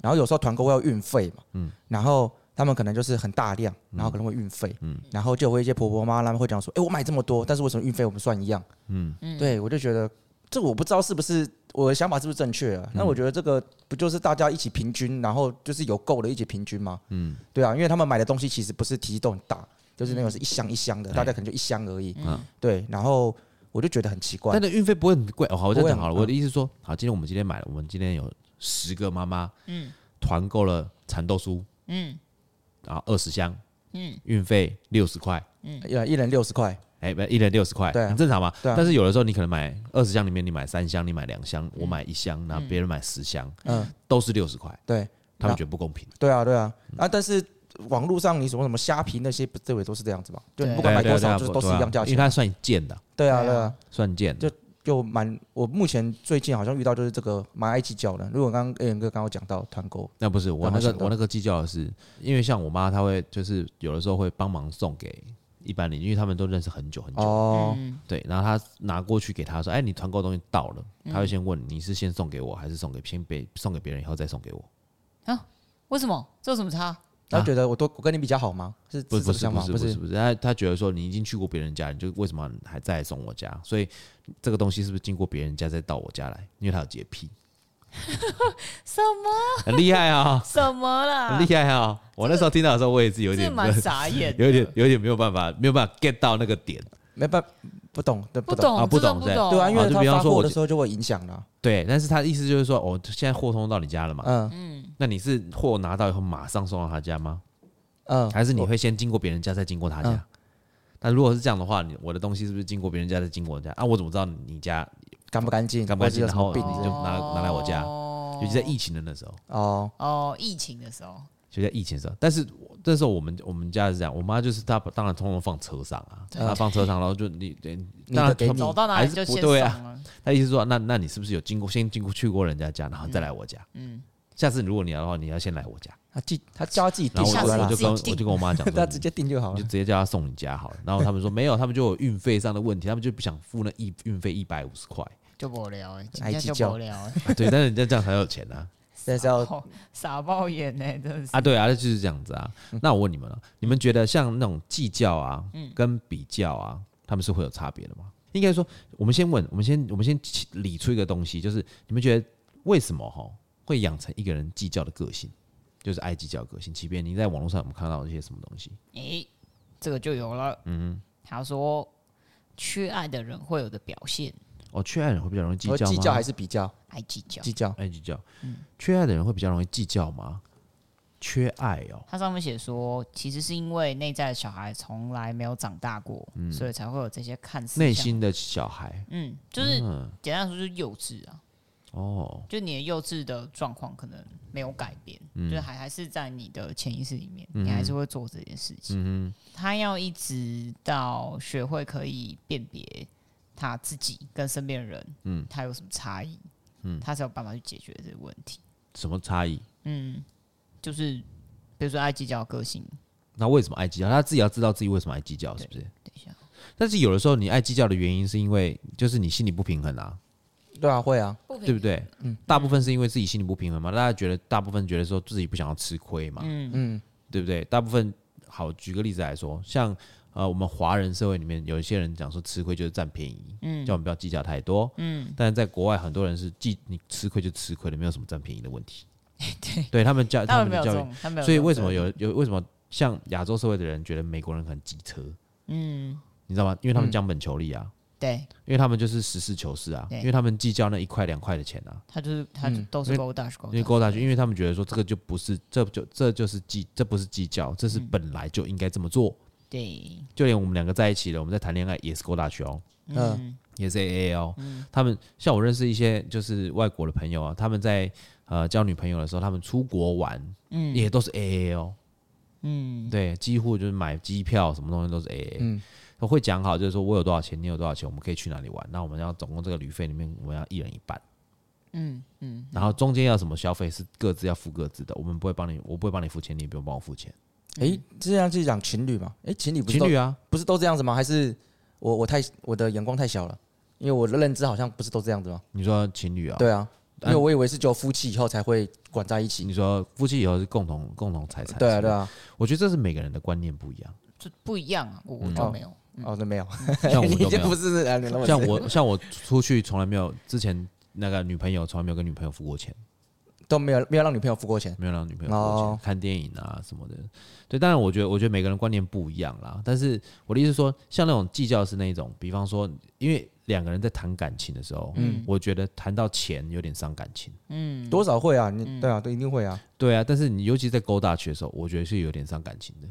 [SPEAKER 1] 然后有时候团购会要运费嘛，嗯，然后他们可能就是很大量，然后可能会运费，嗯，然后就会一些婆婆妈妈他们会讲说，哎，我买这么多，但是为什么运费我们算一样？嗯，对我就觉得这我不知道是不是我的想法是不是正确啊？那我觉得这个不就是大家一起平均，然后就是有够的一起平均吗？嗯，对啊，因为他们买的东西其实不是体积都很大，就是那种是一箱一箱的，大家可能就一箱而已，嗯，对，然后我就觉得很奇怪
[SPEAKER 2] 但，那运费不会很贵哦。好，我
[SPEAKER 1] 不
[SPEAKER 2] 再
[SPEAKER 1] 会
[SPEAKER 2] 讲
[SPEAKER 1] 很嗯
[SPEAKER 2] 好了。
[SPEAKER 1] 贵
[SPEAKER 2] 我的意思是说，好，今天我们今天买了，我们今天有十个妈妈，嗯，团购了蚕豆酥，
[SPEAKER 3] 嗯
[SPEAKER 2] 然后二十箱，嗯，运费六十块，
[SPEAKER 1] 呃，一人六十块，
[SPEAKER 2] 哎，不，一人六十块，
[SPEAKER 1] 对啊
[SPEAKER 2] 很正常嘛。
[SPEAKER 1] 对啊
[SPEAKER 2] 但是有的时候你可能买二十箱里面你买三箱，你买两箱，我买一箱，然后别人买十箱，
[SPEAKER 1] 嗯，
[SPEAKER 2] 都是六十块，
[SPEAKER 1] 对。
[SPEAKER 2] 他们觉得不公平。
[SPEAKER 1] 对啊，对啊，啊，但是网络上你什么什么虾皮那些，不这也都是这样子吧？就你不管买
[SPEAKER 2] 对啊
[SPEAKER 1] 多
[SPEAKER 2] 对啊对
[SPEAKER 1] 少，就
[SPEAKER 2] 啊
[SPEAKER 1] 是都是一
[SPEAKER 2] 对啊
[SPEAKER 1] 样价
[SPEAKER 2] 因为
[SPEAKER 1] 钱。
[SPEAKER 2] 它算件的，
[SPEAKER 1] 对啊，
[SPEAKER 3] 对啊
[SPEAKER 1] 对啊，
[SPEAKER 2] 算件的。
[SPEAKER 1] 就蛮我目前最近好像遇到就是这个蛮爱计较的。如果刚刚 A N 哥刚刚讲到团购，
[SPEAKER 2] 那不是我
[SPEAKER 1] 让
[SPEAKER 2] 那个
[SPEAKER 1] 我想到
[SPEAKER 2] 我那个计较的是，因为像我妈她会就是有的时候会帮忙送给一般人，因为他们都认识很久很久，
[SPEAKER 1] 哦，
[SPEAKER 2] 对。然后她拿过去给她说：“哎，你团购东西到
[SPEAKER 1] 嗯
[SPEAKER 2] 了。”她会先问你是先送给我，还是送给先别送给别人以后再送给我？
[SPEAKER 3] 啊，为什么？这有什么差？
[SPEAKER 1] 然后觉得我多我跟你比较好吗？是
[SPEAKER 2] 不
[SPEAKER 1] 是这
[SPEAKER 2] 不
[SPEAKER 1] 个
[SPEAKER 2] 是
[SPEAKER 1] 想
[SPEAKER 2] 不
[SPEAKER 1] 法
[SPEAKER 2] 是不是不是，他他觉得说你已经去过别人家，你就为什么还再来送我家？所以这个东西是不是经过别人家再到我家来？因为他有洁 癖，
[SPEAKER 3] 什么，
[SPEAKER 2] 很厉害啊
[SPEAKER 3] 什么啦？
[SPEAKER 2] 很厉害啊！我那时候听到的时候，我也是有
[SPEAKER 3] 这
[SPEAKER 2] 点
[SPEAKER 3] 蛮傻眼 的，
[SPEAKER 2] 有点有点没有办法，没有办法 get 到那个点。
[SPEAKER 1] 没办不懂对
[SPEAKER 3] 不
[SPEAKER 2] 啊
[SPEAKER 3] 懂，
[SPEAKER 2] 不
[SPEAKER 3] 真的
[SPEAKER 2] 懂
[SPEAKER 3] 不
[SPEAKER 2] 对
[SPEAKER 3] 懂。
[SPEAKER 1] 对啊，因
[SPEAKER 2] 啊
[SPEAKER 1] 为
[SPEAKER 2] 就
[SPEAKER 1] 他
[SPEAKER 2] 比方
[SPEAKER 1] 发
[SPEAKER 2] 说我
[SPEAKER 1] 货的
[SPEAKER 2] 就
[SPEAKER 1] 时候就会影响了。
[SPEAKER 2] 对，但是他的意思就是说，哦，现在货通到你家了嘛？
[SPEAKER 1] 嗯
[SPEAKER 2] 那你是货拿到以后马上送到他家吗？
[SPEAKER 1] 嗯，
[SPEAKER 2] 还是你会先经过别人家再经过他
[SPEAKER 1] 嗯
[SPEAKER 2] 家？那如果是这样的话，你我的东西是不是经过别人家再经过我家啊？我怎么知道你家
[SPEAKER 1] 干不干净？
[SPEAKER 2] 干不干净
[SPEAKER 1] 或者有什么
[SPEAKER 2] 然
[SPEAKER 1] 病
[SPEAKER 2] 后
[SPEAKER 1] 这
[SPEAKER 2] 你就
[SPEAKER 1] 样
[SPEAKER 2] 拿拿来我家
[SPEAKER 3] 哦
[SPEAKER 2] 尤其在疫情的那时候，
[SPEAKER 1] 哦，
[SPEAKER 3] 哦，疫情的时候，
[SPEAKER 2] 就在疫情的时候，但是我那时候我们我们家是这样，我妈就是她把当然通通放车上啊，
[SPEAKER 1] 对
[SPEAKER 2] 她放车上，然后就你你
[SPEAKER 1] 你
[SPEAKER 2] 当然
[SPEAKER 1] 的给你
[SPEAKER 3] 走到哪
[SPEAKER 2] 还
[SPEAKER 3] 里
[SPEAKER 2] 是
[SPEAKER 3] 就
[SPEAKER 2] 不
[SPEAKER 3] 先送
[SPEAKER 2] 对啊。
[SPEAKER 3] 了。
[SPEAKER 2] 她意思说，那那你是不是有经过先经过去过人家家，然后再来我家？
[SPEAKER 3] 嗯，
[SPEAKER 2] 下次如果你要的话，你要先来我家，
[SPEAKER 1] 他自他教他自己定
[SPEAKER 2] 然后
[SPEAKER 1] 出
[SPEAKER 3] 下
[SPEAKER 2] 我
[SPEAKER 3] 次啊
[SPEAKER 1] 来
[SPEAKER 2] 我
[SPEAKER 1] 了
[SPEAKER 2] 就
[SPEAKER 3] 自己
[SPEAKER 2] 跟我
[SPEAKER 3] 订
[SPEAKER 2] 就跟我妈讲
[SPEAKER 1] 他
[SPEAKER 2] 说，
[SPEAKER 1] 直接定就好
[SPEAKER 2] 你就
[SPEAKER 1] 了
[SPEAKER 2] 直。接叫他送你家好了。然后他们说没有，他们就有运费上的问题，他们就不想付那一运费一百五十块。
[SPEAKER 3] 就无聊哎，今
[SPEAKER 1] 还
[SPEAKER 3] 天
[SPEAKER 1] 计
[SPEAKER 3] 就
[SPEAKER 1] 较
[SPEAKER 3] 无 聊哎，
[SPEAKER 2] 啊对，但是人家这样才有钱啊！
[SPEAKER 1] 但是要
[SPEAKER 3] 哦 傻爆眼哎，真的是。
[SPEAKER 2] 啊，对啊，就是这样子啊。
[SPEAKER 1] 嗯
[SPEAKER 2] 那我问你们了，你们觉得像那种计较啊，跟比较啊，他们是会有差别的吗？应该说，我们先问，我们先我们先理出一个东西，就是你们觉得为什么哈会养成一个人计较的个性，就是爱计较的个性？即便你在网络上有没有看到一些什么东西？
[SPEAKER 3] 诶，欸这个就有了。嗯，他说缺爱的人会有的表现，
[SPEAKER 2] 哦，缺爱的人会比较容易计
[SPEAKER 1] 我
[SPEAKER 2] 较吗？
[SPEAKER 1] 计较还是比嗯较
[SPEAKER 3] 爱计较。
[SPEAKER 1] 计较？
[SPEAKER 2] 爱计较？缺爱的人会比较容易计较吗？缺爱哦，
[SPEAKER 3] 它上面写说，其实是因为内在的小孩从来没有长大过，所以才会有这些看似
[SPEAKER 2] 嗯内
[SPEAKER 3] 像，
[SPEAKER 2] 心的小孩
[SPEAKER 3] 嗯，就是简单来说就是幼稚啊，
[SPEAKER 2] 哦，
[SPEAKER 3] 就你的幼稚的状况可能没有改变，
[SPEAKER 2] 嗯
[SPEAKER 3] 就是还还是在你的潜意识里面，你还是会做这件事情。
[SPEAKER 2] 嗯
[SPEAKER 3] 他要一直到学会可以辨别他自己跟身边的人，嗯，他有什么差异，嗯，他才有办法去解决这个问题。嗯
[SPEAKER 2] 什么差异？
[SPEAKER 3] 就是比如说爱计较的个性，
[SPEAKER 2] 那为什么爱计较？他自己要知道自己为什么爱计较，是不是？
[SPEAKER 3] 等一下，
[SPEAKER 2] 但是有的时候你爱计较的原因，是因为就是你心里不平衡啊，
[SPEAKER 1] 对啊，会啊，
[SPEAKER 2] 对不对？嗯，大部分是因为自己心里不平衡嘛，大家觉得大部分觉得说自己不想要吃亏嘛，嗯嗯，对不对？大部分好，举个例子来说，像呃，我们华人社会里面有一些人讲说吃亏就是占便宜，嗯，叫我们不要计较太多，嗯，但是在国外很多人是计你吃亏就吃亏了，没有什么占便宜的问 题，对，他们教
[SPEAKER 3] 他
[SPEAKER 2] 呃他
[SPEAKER 3] 们
[SPEAKER 2] 们的
[SPEAKER 3] 没有这
[SPEAKER 2] 教育
[SPEAKER 3] 种，他们
[SPEAKER 2] 所以为什
[SPEAKER 3] 么
[SPEAKER 2] 么有有为什么像亚洲社会的人觉得美国人很机车？嗯，你知道吗？因为他们将本求利啊，
[SPEAKER 3] 对
[SPEAKER 2] 因为他们就是实事求是啊，
[SPEAKER 3] 对
[SPEAKER 2] 因为他们计较那一块两块的钱啊，
[SPEAKER 3] 他就是他就都是
[SPEAKER 2] 因为
[SPEAKER 3] go dash go
[SPEAKER 2] 因为勾大去，因为他们觉得说这个就不是，这就这就是计，这不是计较，这是
[SPEAKER 3] 嗯
[SPEAKER 2] 本来就应该这么做。
[SPEAKER 3] 对
[SPEAKER 2] 就连我们两个在一起了，我们在谈恋爱也是勾大去哦，
[SPEAKER 1] 嗯，
[SPEAKER 2] 也是 A A 哦。他们像我认识一些就是外国的朋友啊，他们在呃交女朋友的时候，他们出国玩，嗯，也都是 A A 哦。嗯，对，几乎就是买机票什么东西都是 A A，
[SPEAKER 1] 嗯
[SPEAKER 2] 我会讲好，就是说我有多少钱，你有多少钱，我们可以去哪里玩。那我们要总共这个旅费里面，我们要一人一半。嗯嗯。然后中间要什么消费是各自要付各自的，我们不会帮你，我不会帮你付钱，你也不用帮我付钱。
[SPEAKER 1] 诶，这样就讲情侣嘛？诶，情侣不是
[SPEAKER 2] 情
[SPEAKER 1] 都
[SPEAKER 2] 侣啊，
[SPEAKER 1] 不是都这样子吗？还是我我太我的眼光太小了？因为我的认知好像不是都这样子吗？
[SPEAKER 2] 你说情侣啊，，
[SPEAKER 1] 对啊，因
[SPEAKER 2] 嗯
[SPEAKER 1] 为我以为是只有夫妻以后才会管在一起。
[SPEAKER 2] 你说夫妻以后是共同共同财产。
[SPEAKER 1] 对
[SPEAKER 2] 是
[SPEAKER 1] 啊，
[SPEAKER 2] 吗
[SPEAKER 1] 对啊，
[SPEAKER 2] 我觉得这是每个人的观念不一样。
[SPEAKER 3] 就不一样啊，我我就
[SPEAKER 1] 嗯
[SPEAKER 3] 没有，
[SPEAKER 1] 哦，那没有，
[SPEAKER 2] 嗯像我
[SPEAKER 1] 你
[SPEAKER 2] 都没
[SPEAKER 1] 就不
[SPEAKER 2] 有，
[SPEAKER 1] 是啊，你那么
[SPEAKER 2] 像我像我出去从来没有之前那个女朋友从来没有跟女朋友付过钱，
[SPEAKER 1] 都没有没有让女朋友付过钱。
[SPEAKER 2] 没有让女朋友付过钱、
[SPEAKER 1] 哦
[SPEAKER 2] 看电影啊什么的。对，当然我觉得我觉得每个人观念不一样啦。但是我的意思是说，像那种计较是那一种，比方说，因为两个人在谈感情的时候，嗯，我觉得谈到钱有点伤感情。
[SPEAKER 1] 多少会啊，
[SPEAKER 2] 嗯
[SPEAKER 1] 你对啊，都一定会啊。
[SPEAKER 2] 对啊，但是你尤其在勾大学的时候，我觉得是有点伤感情的。